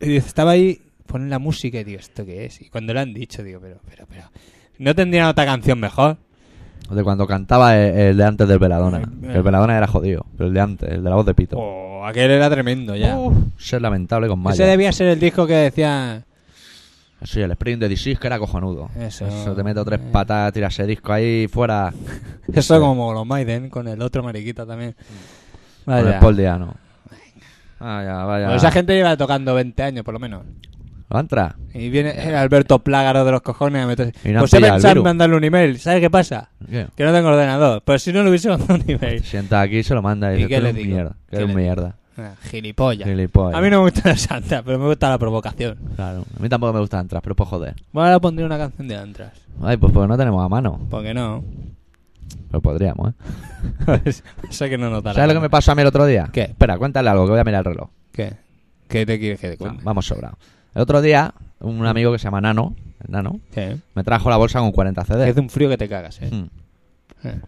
[SPEAKER 3] y dice, estaba ahí, ponen la música y digo, ¿esto qué es? Y cuando lo han dicho, digo, pero, pero, pero. ¿No tendrían otra canción mejor?
[SPEAKER 2] De cuando cantaba el, el de antes del Veladona.
[SPEAKER 3] Ay,
[SPEAKER 2] Que el Veladona era jodido. Pero el de antes, el de la voz de Pito.
[SPEAKER 3] O Oh, aquel era tremendo ya.
[SPEAKER 2] Uf, ser lamentable con
[SPEAKER 3] Ese
[SPEAKER 2] Maya.
[SPEAKER 3] debía ser el disco que decía.
[SPEAKER 2] Sí, el sprint de Disease que era cojonudo.
[SPEAKER 3] Eso.
[SPEAKER 2] te meto tres patas, tiras ese disco ahí fuera.
[SPEAKER 3] Eso como los Maiden con el otro mariquita también.
[SPEAKER 2] Con
[SPEAKER 3] Vaya.
[SPEAKER 2] el Paul Diano. Vaya, vaya.
[SPEAKER 3] Pues esa gente lleva tocando 20 años por lo menos.
[SPEAKER 2] ¿Lo entra?
[SPEAKER 3] Y viene el Alberto Plágaro de los cojones a meterse.
[SPEAKER 2] Y no han
[SPEAKER 3] pues he
[SPEAKER 2] pillado el
[SPEAKER 3] pensado en
[SPEAKER 2] virus.
[SPEAKER 3] mandarle un email. ¿Sabes qué pasa?
[SPEAKER 2] ¿Qué?
[SPEAKER 3] Que no tengo ordenador. Pero si no le hubiese mandado un email.
[SPEAKER 2] Sienta aquí, se lo manda y,
[SPEAKER 3] ¿Y
[SPEAKER 2] dice:
[SPEAKER 3] qué
[SPEAKER 2] "Tú eres
[SPEAKER 3] le
[SPEAKER 2] un
[SPEAKER 3] digo?
[SPEAKER 2] mierda.
[SPEAKER 3] ¿Qué
[SPEAKER 2] Que eres
[SPEAKER 3] le
[SPEAKER 2] un
[SPEAKER 3] digo?
[SPEAKER 2] mierda.
[SPEAKER 3] Ah, gilipollas.
[SPEAKER 2] Gilipollas.
[SPEAKER 3] A mí no me gusta la santa, pero me gusta la provocación.
[SPEAKER 2] Claro. A mí tampoco me gustan entras, pero pues joder.
[SPEAKER 3] Bueno, ahora pondré una canción de Antras.
[SPEAKER 2] Ay, pues porque no tenemos a mano.
[SPEAKER 3] ¿Por qué no?
[SPEAKER 2] Pero podríamos, ¿eh?
[SPEAKER 3] sé que no notará.
[SPEAKER 2] ¿Sabes lo que me pasó a mí el otro día?
[SPEAKER 3] ¿Qué?
[SPEAKER 2] Espera, cuéntale algo, que voy a mirar el reloj.
[SPEAKER 3] ¿Qué? ¿Qué te quieres que te
[SPEAKER 2] No,
[SPEAKER 3] cuente?
[SPEAKER 2] vamos sobrado. El otro día, un amigo que se llama Nano, el Nano,
[SPEAKER 3] ¿Qué?
[SPEAKER 2] me trajo la bolsa con 40
[SPEAKER 3] Que
[SPEAKER 2] CDs.
[SPEAKER 3] hace un frío que te cagas, ¿eh?
[SPEAKER 2] Mm.
[SPEAKER 3] Eh,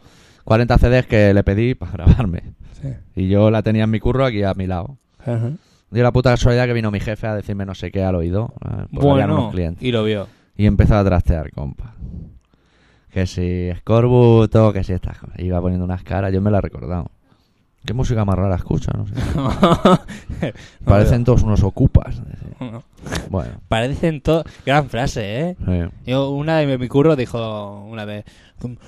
[SPEAKER 2] 40 CDs que le pedí para grabarme.
[SPEAKER 3] sí.
[SPEAKER 2] Y yo la tenía en mi curro aquí a mi lado.
[SPEAKER 3] Ajá.
[SPEAKER 2] Dio la puta casualidad que vino mi jefe a decirme no sé qué al oído. eh, porque habían
[SPEAKER 3] Bueno,
[SPEAKER 2] unos clientes.
[SPEAKER 3] y lo vio.
[SPEAKER 2] Y empezó a trastear, compa. Que si escorbuto, que si estas cosas. Iba poniendo unas caras, yo me las he recordado. ¿Qué música más rara escucha? No sé. Parecen todos unos ocupas. Bueno.
[SPEAKER 3] Parecen todo. Gran frase, ¿eh?
[SPEAKER 2] eh,
[SPEAKER 3] Yo, una de mi curro dijo una vez: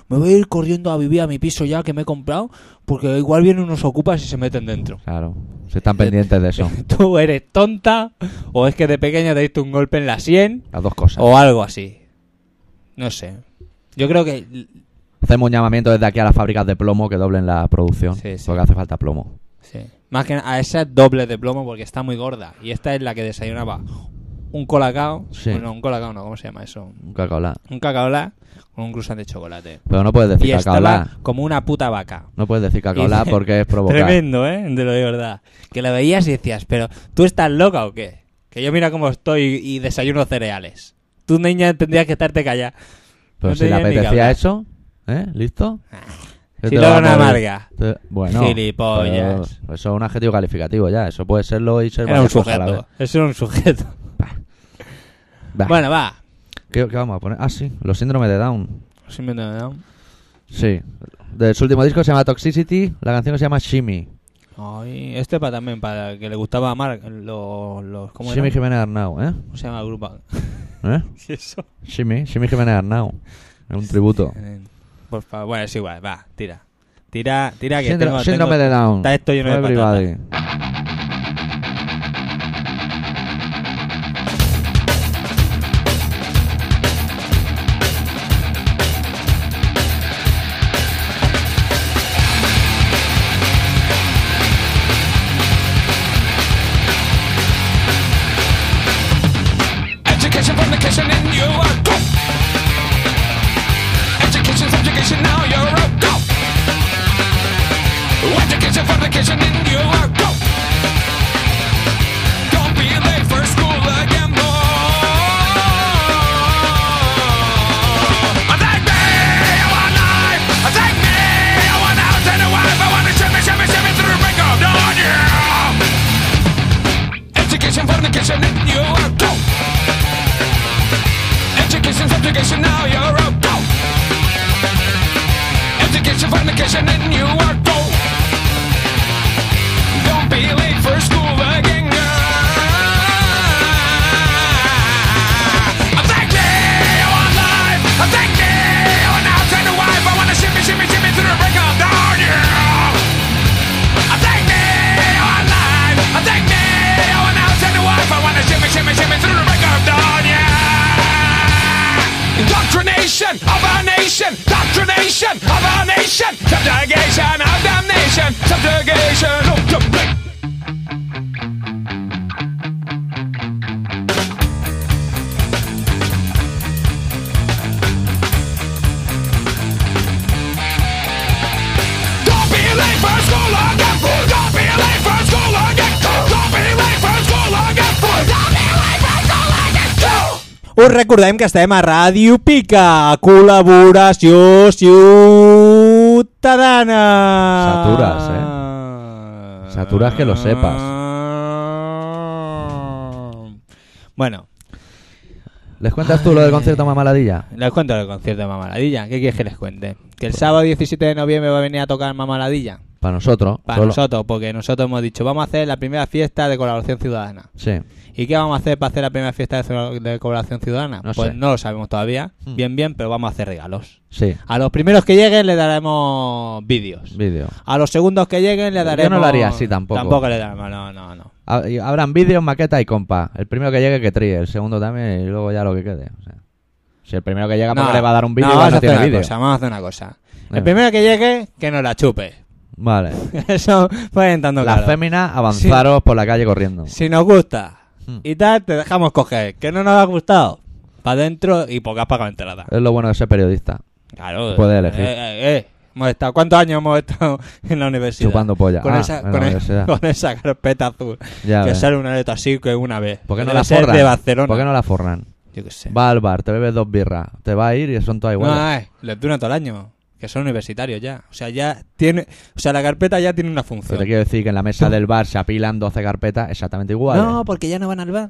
[SPEAKER 3] Me voy a ir corriendo a vivir a mi piso ya que me he comprado, porque igual vienen unos ocupas y se meten dentro.
[SPEAKER 2] claro. Se están pendientes de eso.
[SPEAKER 3] ¿Tú eres tonta? ¿O es que de pequeña te diste un golpe en la sien?
[SPEAKER 2] Las dos cosas.
[SPEAKER 3] O algo así. No sé. Yo creo que.
[SPEAKER 2] Hacemos un llamamiento desde aquí a las fábricas de plomo que doblen la producción.
[SPEAKER 3] Sí, sí.
[SPEAKER 2] Porque hace falta plomo.
[SPEAKER 3] sí. Más que a esa doble de plomo porque está muy gorda. Y esta es la que desayunaba un colacao.
[SPEAKER 2] Sí.
[SPEAKER 3] No, un colacao no, ¿cómo se llama eso?
[SPEAKER 2] Un Coca-Cola.
[SPEAKER 3] Un cacaolá con un cruzante de chocolate.
[SPEAKER 2] Pero no puedes
[SPEAKER 3] Y
[SPEAKER 2] decir
[SPEAKER 3] estaba
[SPEAKER 2] Coca-Cola.
[SPEAKER 3] como una puta vaca.
[SPEAKER 2] No puedes decir Coca-Cola
[SPEAKER 3] Y-
[SPEAKER 2] porque es provocar.
[SPEAKER 3] Tremendo, ¿eh? Te lo digo de verdad. Que la veías y decías, pero ¿tú estás loca o qué? Que yo mira cómo estoy y desayuno cereales. Tú, niña, tendrías que estarte callada.
[SPEAKER 2] Pero
[SPEAKER 3] No
[SPEAKER 2] si le
[SPEAKER 3] tenía ni que
[SPEAKER 2] apetecía
[SPEAKER 3] hablar. Ah,
[SPEAKER 2] eso, ¿eh? ¿Listo? ¿Qué
[SPEAKER 3] Si
[SPEAKER 2] te va
[SPEAKER 3] luego
[SPEAKER 2] a
[SPEAKER 3] una
[SPEAKER 2] morir?
[SPEAKER 3] amarga.
[SPEAKER 2] Te- Bueno.
[SPEAKER 3] Gilipollas.
[SPEAKER 2] pero Eso es un adjetivo calificativo ya. Eso puede serlo y ser
[SPEAKER 3] Era un
[SPEAKER 2] varias cosas a la
[SPEAKER 3] sujeto.
[SPEAKER 2] vez.
[SPEAKER 3] Eso era un sujeto.
[SPEAKER 2] Bah,
[SPEAKER 3] Bueno, va.
[SPEAKER 2] ¿qué, qué vamos a poner? Ah, sí. Los síndromes de Down.
[SPEAKER 3] Sí, me entiendo,
[SPEAKER 2] Sí. De su último disco se llama Toxicity. La canción que se llama Shimmy.
[SPEAKER 3] ¿no? Ay, este para también, para el que le gustaba a Mark, los... los ¿Cómo
[SPEAKER 2] Shimmy
[SPEAKER 3] era?
[SPEAKER 2] Jiménez Arnau, ¿eh?
[SPEAKER 3] ¿Cómo se llama el grupo?
[SPEAKER 2] ¿Eh?
[SPEAKER 3] ¿Y eso?
[SPEAKER 2] Shimmy. Shimmy Jiménez Arnau. Es un tributo.
[SPEAKER 3] Por favor, bueno, es igual, va, tira. Tira, tira Ah, que
[SPEAKER 2] Síndro-
[SPEAKER 3] tengo-
[SPEAKER 2] síndrome
[SPEAKER 3] tengo-
[SPEAKER 2] de Down.
[SPEAKER 3] Está esto lleno de
[SPEAKER 2] Everybody.
[SPEAKER 3] patatas.
[SPEAKER 5] Education from the kitchen and you are go. Education, subjugation, now you're a go. Education from the kitchen and you are go. subjugation of our nation. Subjugation of damnation. Subjugation of the blick. Don't be late for school again. Don't be late for school again. Don't be late for school again. Don't be late for school again.
[SPEAKER 3] Us recordem que estem a Ràdio Pica, col·laboració ciutadana.
[SPEAKER 2] Satures, eh? Satures que lo sepas.
[SPEAKER 3] Bueno,
[SPEAKER 2] ¿Les cuentas tú lo del concierto Mamaladilla?
[SPEAKER 3] les cuento el concierto de Mamaladilla. ¿Qué quieres que les cuente? Que el sábado 17 de noviembre va a venir a tocar Mamaladilla.
[SPEAKER 2] Para nosotros.
[SPEAKER 3] Para
[SPEAKER 2] solo-
[SPEAKER 3] nosotros, porque nosotros hemos dicho, vamos a hacer la primera fiesta de colaboración ciudadana.
[SPEAKER 2] Sí.
[SPEAKER 3] ¿Y qué vamos a hacer para hacer la primera fiesta de, ciu- de colaboración ciudadana?
[SPEAKER 2] No
[SPEAKER 3] pues
[SPEAKER 2] sé.
[SPEAKER 3] no lo sabemos todavía.
[SPEAKER 2] Mm.
[SPEAKER 3] Bien, bien, pero vamos a hacer regalos.
[SPEAKER 2] Sí.
[SPEAKER 3] A los primeros que lleguen le daremos vídeos.
[SPEAKER 2] Vídeo.
[SPEAKER 3] A los segundos que lleguen le
[SPEAKER 2] Yo
[SPEAKER 3] daremos...
[SPEAKER 2] no lo haría así tampoco.
[SPEAKER 3] Tampoco le daremos, no, no, no.
[SPEAKER 2] Ha- y Habrán vídeos, maquetas y compa. El primero que llegue que tríe, el segundo también y luego ya lo que quede. o sea. si el primero que llega
[SPEAKER 3] No,
[SPEAKER 2] porque le va a dar un vídeo,
[SPEAKER 3] no,
[SPEAKER 2] igual
[SPEAKER 3] vamos a
[SPEAKER 2] no
[SPEAKER 3] hacer
[SPEAKER 2] tiene
[SPEAKER 3] una
[SPEAKER 2] vídeo.
[SPEAKER 3] cosa, vamos a hacer una cosa.
[SPEAKER 2] Eh.
[SPEAKER 3] El primero que llegue, que nos la chupe.
[SPEAKER 2] Vale.
[SPEAKER 3] Eso fue entrando
[SPEAKER 2] Las
[SPEAKER 3] claro.
[SPEAKER 2] féminas avanzaros por la calle corriendo.
[SPEAKER 3] Si nos gusta
[SPEAKER 2] Mm.
[SPEAKER 3] y tal, te dejamos coger. Que no nos ha gustado. Para adentro y porque has pagado entrada.
[SPEAKER 2] Es lo bueno de ser periodista.
[SPEAKER 3] Claro.
[SPEAKER 2] Puedes elegir.
[SPEAKER 3] eh, eh, eh. Hemos estado- ¿Cuántos años hemos estado en la universidad?
[SPEAKER 2] Chupando polla.
[SPEAKER 3] Con,
[SPEAKER 2] Ah,
[SPEAKER 3] esa,
[SPEAKER 2] en la
[SPEAKER 3] con, e-
[SPEAKER 2] universidad.
[SPEAKER 3] con esa carpeta azul.
[SPEAKER 2] Ya
[SPEAKER 3] que
[SPEAKER 2] ves.
[SPEAKER 3] sale una letra así que una vez.
[SPEAKER 2] ¿Por qué no
[SPEAKER 3] Debe
[SPEAKER 2] la
[SPEAKER 3] ser
[SPEAKER 2] forran?
[SPEAKER 3] de Barcelona.
[SPEAKER 2] ¿Por qué no la forran?
[SPEAKER 3] Yo qué sé.
[SPEAKER 2] Va al bar, te bebes dos birras, te va a ir y son todas
[SPEAKER 3] no,
[SPEAKER 2] iguales.
[SPEAKER 3] eh, les dura todo el año. Que son universitarios ya. O sea, ya tiene. O sea, la carpeta ya tiene una
[SPEAKER 2] Pero
[SPEAKER 3] función.
[SPEAKER 2] te quiero decir que en la mesa del bar se apilan 12 carpetas exactamente iguales.
[SPEAKER 3] No, porque ya no van al bar.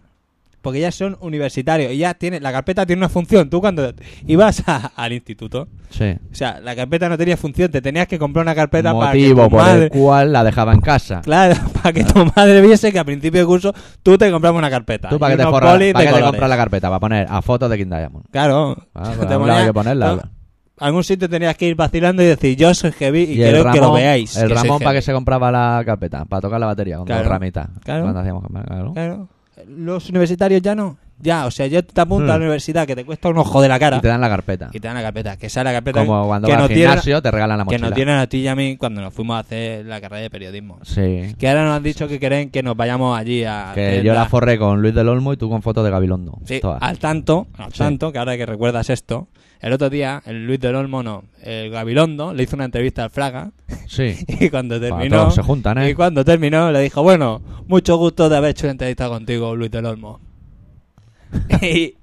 [SPEAKER 3] Porque ya son universitarios. Y ya tiene. La carpeta tiene una función. Tú cuando ibas a- al instituto.
[SPEAKER 2] Sí.
[SPEAKER 3] O sea, la carpeta no tenía función. Te tenías que comprar una carpeta
[SPEAKER 2] Motivo
[SPEAKER 3] para que tu
[SPEAKER 2] por
[SPEAKER 3] madre.
[SPEAKER 2] el cual la dejaba en casa.
[SPEAKER 3] Claro, para que tu madre viese que a principio de curso tú te compramos una carpeta.
[SPEAKER 2] ¿Tú para
[SPEAKER 3] y
[SPEAKER 2] qué te,
[SPEAKER 3] unos
[SPEAKER 2] forras-
[SPEAKER 3] bolis
[SPEAKER 2] para
[SPEAKER 3] de
[SPEAKER 2] qué te
[SPEAKER 3] colores.
[SPEAKER 2] compras la carpeta? Para poner a fotos de King Diamond.
[SPEAKER 3] Claro.
[SPEAKER 2] Ah,
[SPEAKER 3] Te
[SPEAKER 2] por algún
[SPEAKER 3] ponías-
[SPEAKER 2] lado hay que ponerla.
[SPEAKER 3] no, algún sitio tenías que ir vacilando y decir, yo soy heavy y,
[SPEAKER 2] el
[SPEAKER 3] quiero que lo
[SPEAKER 2] Ramón-
[SPEAKER 3] veáis.
[SPEAKER 2] El
[SPEAKER 3] que soy
[SPEAKER 2] Ramón para que
[SPEAKER 3] heavy".
[SPEAKER 2] se compraba la carpeta, para tocar la batería con
[SPEAKER 3] Claro.
[SPEAKER 2] dos ramitas.
[SPEAKER 3] Claro.
[SPEAKER 2] Cuando hacíamos claro.
[SPEAKER 3] Claro. Los universitarios ya no. Ya, o sea, yo te apunto
[SPEAKER 2] Hmm.
[SPEAKER 3] a la universidad que te cuesta un ojo de la cara
[SPEAKER 2] Y te dan la carpeta.
[SPEAKER 3] y te dan la carpeta. Que sea la carpeta
[SPEAKER 2] Como cuando
[SPEAKER 3] que
[SPEAKER 2] vas al
[SPEAKER 3] nos dieron-
[SPEAKER 2] gimnasio te regalan la
[SPEAKER 3] que
[SPEAKER 2] mochila.
[SPEAKER 3] nos dieron a ti y a mí cuando nos fuimos a hacer la carrera de periodismo.
[SPEAKER 2] Sí.
[SPEAKER 3] Que ahora nos han dicho que quieren que nos vayamos allí a.
[SPEAKER 2] Que
[SPEAKER 3] hacer
[SPEAKER 2] yo la forré con Luis del Olmo y tú con fotos de Gabilondo.
[SPEAKER 3] Sí,
[SPEAKER 2] Todas.
[SPEAKER 3] al tanto, al
[SPEAKER 2] Sí.
[SPEAKER 3] tanto, que ahora que recuerdas esto, el otro día, el Luis del Olmo, no, el Gabilondo, le hizo una entrevista al Fraga
[SPEAKER 2] Sí.
[SPEAKER 3] y cuando
[SPEAKER 2] Bueno,
[SPEAKER 3] terminó.
[SPEAKER 2] todos se juntan, ¿eh?
[SPEAKER 3] Y cuando terminó, le dijo, bueno, mucho gusto de haber hecho una entrevista contigo, Luis del Olmo. y,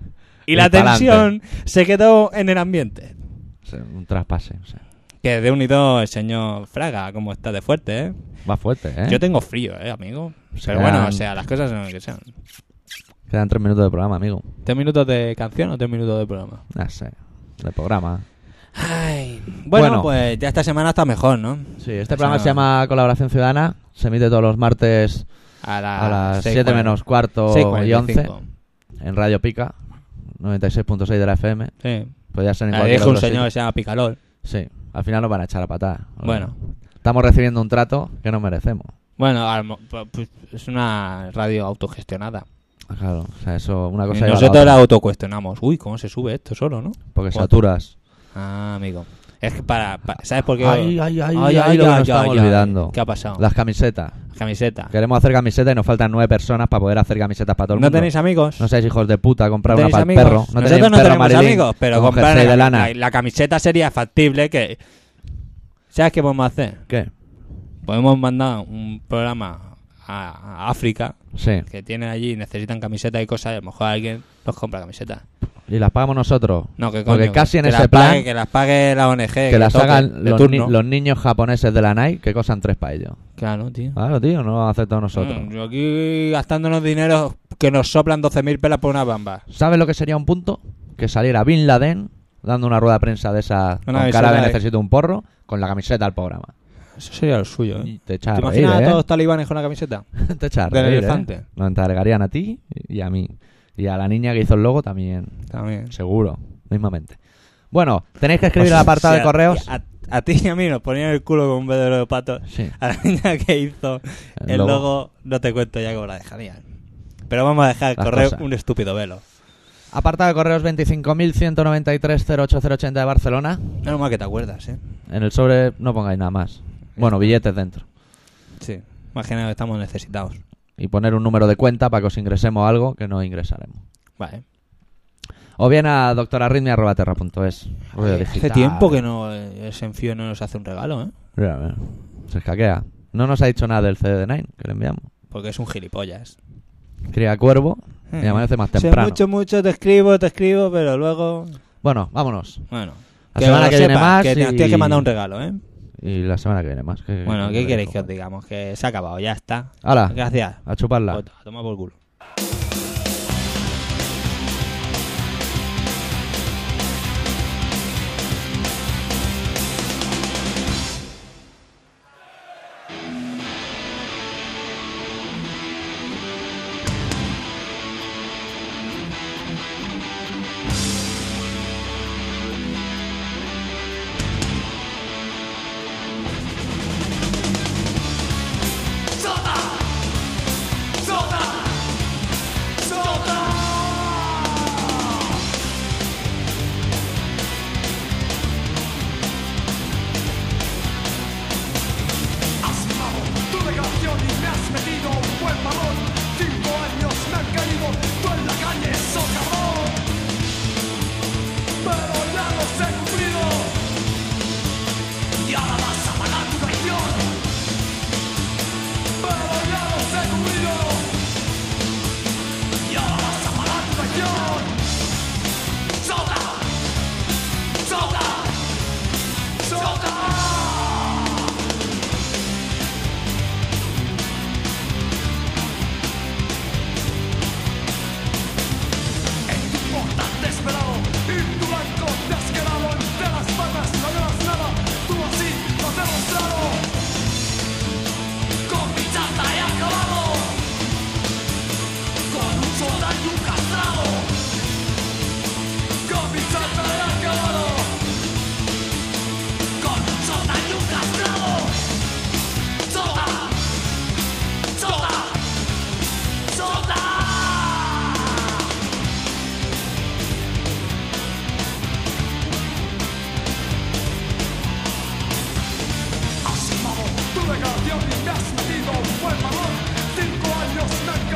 [SPEAKER 3] y la
[SPEAKER 2] Y pa'lante.
[SPEAKER 3] tensión se quedó en el ambiente.
[SPEAKER 2] Sí, Un traspase. o sea,
[SPEAKER 3] Que de unido el señor Fraga, como está de fuerte, ¿eh?
[SPEAKER 2] va fuerte, ¿eh?
[SPEAKER 3] Yo tengo frío, ¿eh, amigo? Pero
[SPEAKER 2] Serán-
[SPEAKER 3] bueno, o sea, las cosas son lo que sean.
[SPEAKER 2] Quedan tres minutos de programa, amigo.
[SPEAKER 3] ¿Tres minutos de canción o tres minutos de programa?
[SPEAKER 2] No sé. De programa.
[SPEAKER 3] Ay, bueno,
[SPEAKER 2] Bueno.
[SPEAKER 3] pues ya esta semana está mejor, ¿no?
[SPEAKER 2] Sí, este
[SPEAKER 3] O
[SPEAKER 2] programa
[SPEAKER 3] sea,
[SPEAKER 2] se llama Colaboración Ciudadana. Se emite todos los martes
[SPEAKER 3] a,
[SPEAKER 2] a las 7 menos cuarto y 11 en Radio Pica, 96.6 de la FM.
[SPEAKER 3] Sí.
[SPEAKER 2] Podría ser en
[SPEAKER 3] Ahí
[SPEAKER 2] cualquier
[SPEAKER 3] dijo un
[SPEAKER 2] otro
[SPEAKER 3] señor que se llama Picalol.
[SPEAKER 2] sitio. Sí, al final nos van a echar a patada.
[SPEAKER 3] Bueno.
[SPEAKER 2] Estamos recibiendo un trato que no merecemos.
[SPEAKER 3] Bueno, a lo mo- pu- pu- es una radio autogestionada.
[SPEAKER 2] Ah, Claro, o sea, eso una
[SPEAKER 3] Y
[SPEAKER 2] cosa lleva a la
[SPEAKER 3] nosotros
[SPEAKER 2] otra,
[SPEAKER 3] la autocuestionamos. Uy, ¿cómo se sube esto solo, no?
[SPEAKER 2] porque
[SPEAKER 3] Cuatro.
[SPEAKER 2] saturas.
[SPEAKER 3] Ah, amigo. Es que para... pa- ¿Sabes por qué?
[SPEAKER 2] Ay, ay, ay, ay,
[SPEAKER 3] Ay, ay,
[SPEAKER 2] lo que
[SPEAKER 3] ay,
[SPEAKER 2] nos
[SPEAKER 3] ay,
[SPEAKER 2] estamos
[SPEAKER 3] ay.
[SPEAKER 2] olvidando.
[SPEAKER 3] ¿Qué ha pasado?
[SPEAKER 2] Las camisetas.
[SPEAKER 3] Camiseta.
[SPEAKER 2] Queremos hacer camisetas y nos faltan nueve personas para poder hacer camisetas para todo el
[SPEAKER 3] ¿No
[SPEAKER 2] mundo.
[SPEAKER 3] tenéis amigos?
[SPEAKER 2] No seáis hijos de puta, comprar
[SPEAKER 3] ¿No
[SPEAKER 2] una
[SPEAKER 3] tenéis
[SPEAKER 2] para el
[SPEAKER 3] amigos?
[SPEAKER 2] perro. No tenéis
[SPEAKER 3] Nosotros
[SPEAKER 2] un
[SPEAKER 3] no
[SPEAKER 2] perro
[SPEAKER 3] tenemos
[SPEAKER 2] amarillo
[SPEAKER 3] amigos, pero
[SPEAKER 2] con
[SPEAKER 3] comprar
[SPEAKER 2] jersey
[SPEAKER 3] la,
[SPEAKER 2] de lana.
[SPEAKER 3] la- la camiseta sería factible que... ¿Sabes qué podemos hacer?
[SPEAKER 2] ¿Qué?
[SPEAKER 3] Podemos mandar un programa a, a África
[SPEAKER 2] Sí.
[SPEAKER 3] que tienen allí necesitan camisetas y cosas. y A lo mejor alguien nos compra camisetas.
[SPEAKER 2] Y las pagamos nosotros.
[SPEAKER 3] No, que
[SPEAKER 2] Porque
[SPEAKER 3] coño,
[SPEAKER 2] casi en
[SPEAKER 3] que
[SPEAKER 2] ese
[SPEAKER 3] las
[SPEAKER 2] plan-
[SPEAKER 3] pague- que las pague la ONG.
[SPEAKER 2] que las
[SPEAKER 3] toque,
[SPEAKER 2] hagan
[SPEAKER 3] de
[SPEAKER 2] los, ni-
[SPEAKER 3] turno.
[SPEAKER 2] los niños japoneses de la Nike que cosan tres para ellos.
[SPEAKER 3] Claro, tío.
[SPEAKER 2] Claro, tío, no lo vamos a hacer todos nosotros.
[SPEAKER 3] Mm, yo aquí gastándonos dinero que nos soplan 12.000 pelas por una bamba.
[SPEAKER 2] ¿Sabes lo que sería un punto? Que saliera Bin Laden dando una rueda de prensa de esa
[SPEAKER 3] Una
[SPEAKER 2] con cara
[SPEAKER 3] camiseta
[SPEAKER 2] de
[SPEAKER 3] de-
[SPEAKER 2] necesito un porro con la camiseta al programa.
[SPEAKER 3] Eso sería lo suyo,
[SPEAKER 2] Y
[SPEAKER 3] ¿eh?
[SPEAKER 2] te
[SPEAKER 3] ¿Te
[SPEAKER 2] echas a reír,
[SPEAKER 3] imaginas a
[SPEAKER 2] ¿eh?
[SPEAKER 3] todos talibanes con la camiseta?
[SPEAKER 2] Te echas a
[SPEAKER 3] del
[SPEAKER 2] reír, ¿eh?
[SPEAKER 3] elefante?
[SPEAKER 2] Nos entregarían a ti y a mí. Y a la niña que hizo el logo también.
[SPEAKER 3] También.
[SPEAKER 2] Seguro, mismamente. Bueno, tenéis que escribir al apartado
[SPEAKER 3] O sea,
[SPEAKER 2] de correos.
[SPEAKER 3] A, a ti y a mí nos ponían el culo con un vedero de pato.
[SPEAKER 2] Sí.
[SPEAKER 3] A la niña que hizo
[SPEAKER 2] El
[SPEAKER 3] el,
[SPEAKER 2] logo.
[SPEAKER 3] logo. no te cuento ya cómo la dejarían. Pero vamos a dejar
[SPEAKER 2] Las
[SPEAKER 3] correr
[SPEAKER 2] cosas.
[SPEAKER 3] un estúpido velo.
[SPEAKER 2] Aparta de correos 25.193.08080 de Barcelona.
[SPEAKER 3] No más que te acuerdas, ¿eh?
[SPEAKER 2] En el sobre no pongáis nada más. Bueno, billetes dentro.
[SPEAKER 3] Sí. Imagina que estamos necesitados.
[SPEAKER 2] Y poner un número de cuenta para que os ingresemos algo que no ingresaremos.
[SPEAKER 3] Vale.
[SPEAKER 2] O bien a doctorarritmia.terra.es.
[SPEAKER 3] Hace tiempo que no eh, ese enfío no nos hace un regalo, ¿eh?
[SPEAKER 2] Se escaquea. No nos ha dicho nada del CD de Nine que le enviamos.
[SPEAKER 3] Porque es un gilipollas.
[SPEAKER 2] Cría cuervo y amanece más
[SPEAKER 3] O sea,
[SPEAKER 2] temprano.
[SPEAKER 3] Hmm. mucho, mucho te escribo, te escribo, pero luego.
[SPEAKER 2] Bueno, vámonos.
[SPEAKER 3] Bueno.
[SPEAKER 2] La semana
[SPEAKER 3] lo
[SPEAKER 2] que viene más
[SPEAKER 3] Que nos
[SPEAKER 2] y-
[SPEAKER 3] tienes que mandar un regalo, ¿eh?
[SPEAKER 2] Y la semana que viene más. que-
[SPEAKER 3] Bueno, ¿qué queréis que os digamos? Que se ha acabado, ya está.
[SPEAKER 2] Hala.
[SPEAKER 3] Gracias.
[SPEAKER 2] A chuparla.
[SPEAKER 3] Jota, toma por culo.
[SPEAKER 1] Tu negación y me has metido un buen balón. Cinco años me han querido, tú en la calle sos cabrón. Pero ya los he cumplido. Y ahora vas a pagar tu traición. Pero ya los he cumplido. Y ahora vas a pagar tu traición. Solta, solta, solta. desvelado y tu blanco te has quedado entre las palmas, no llevas nada, tú así lo has demostrado. Con mi chata he acabado, con un soda y un castrado. Con mi chata he acabado, con un soda y un castrado. Soda, soda, soda. Has quemado tu negación y me has metido un buen valor. Cinco años me han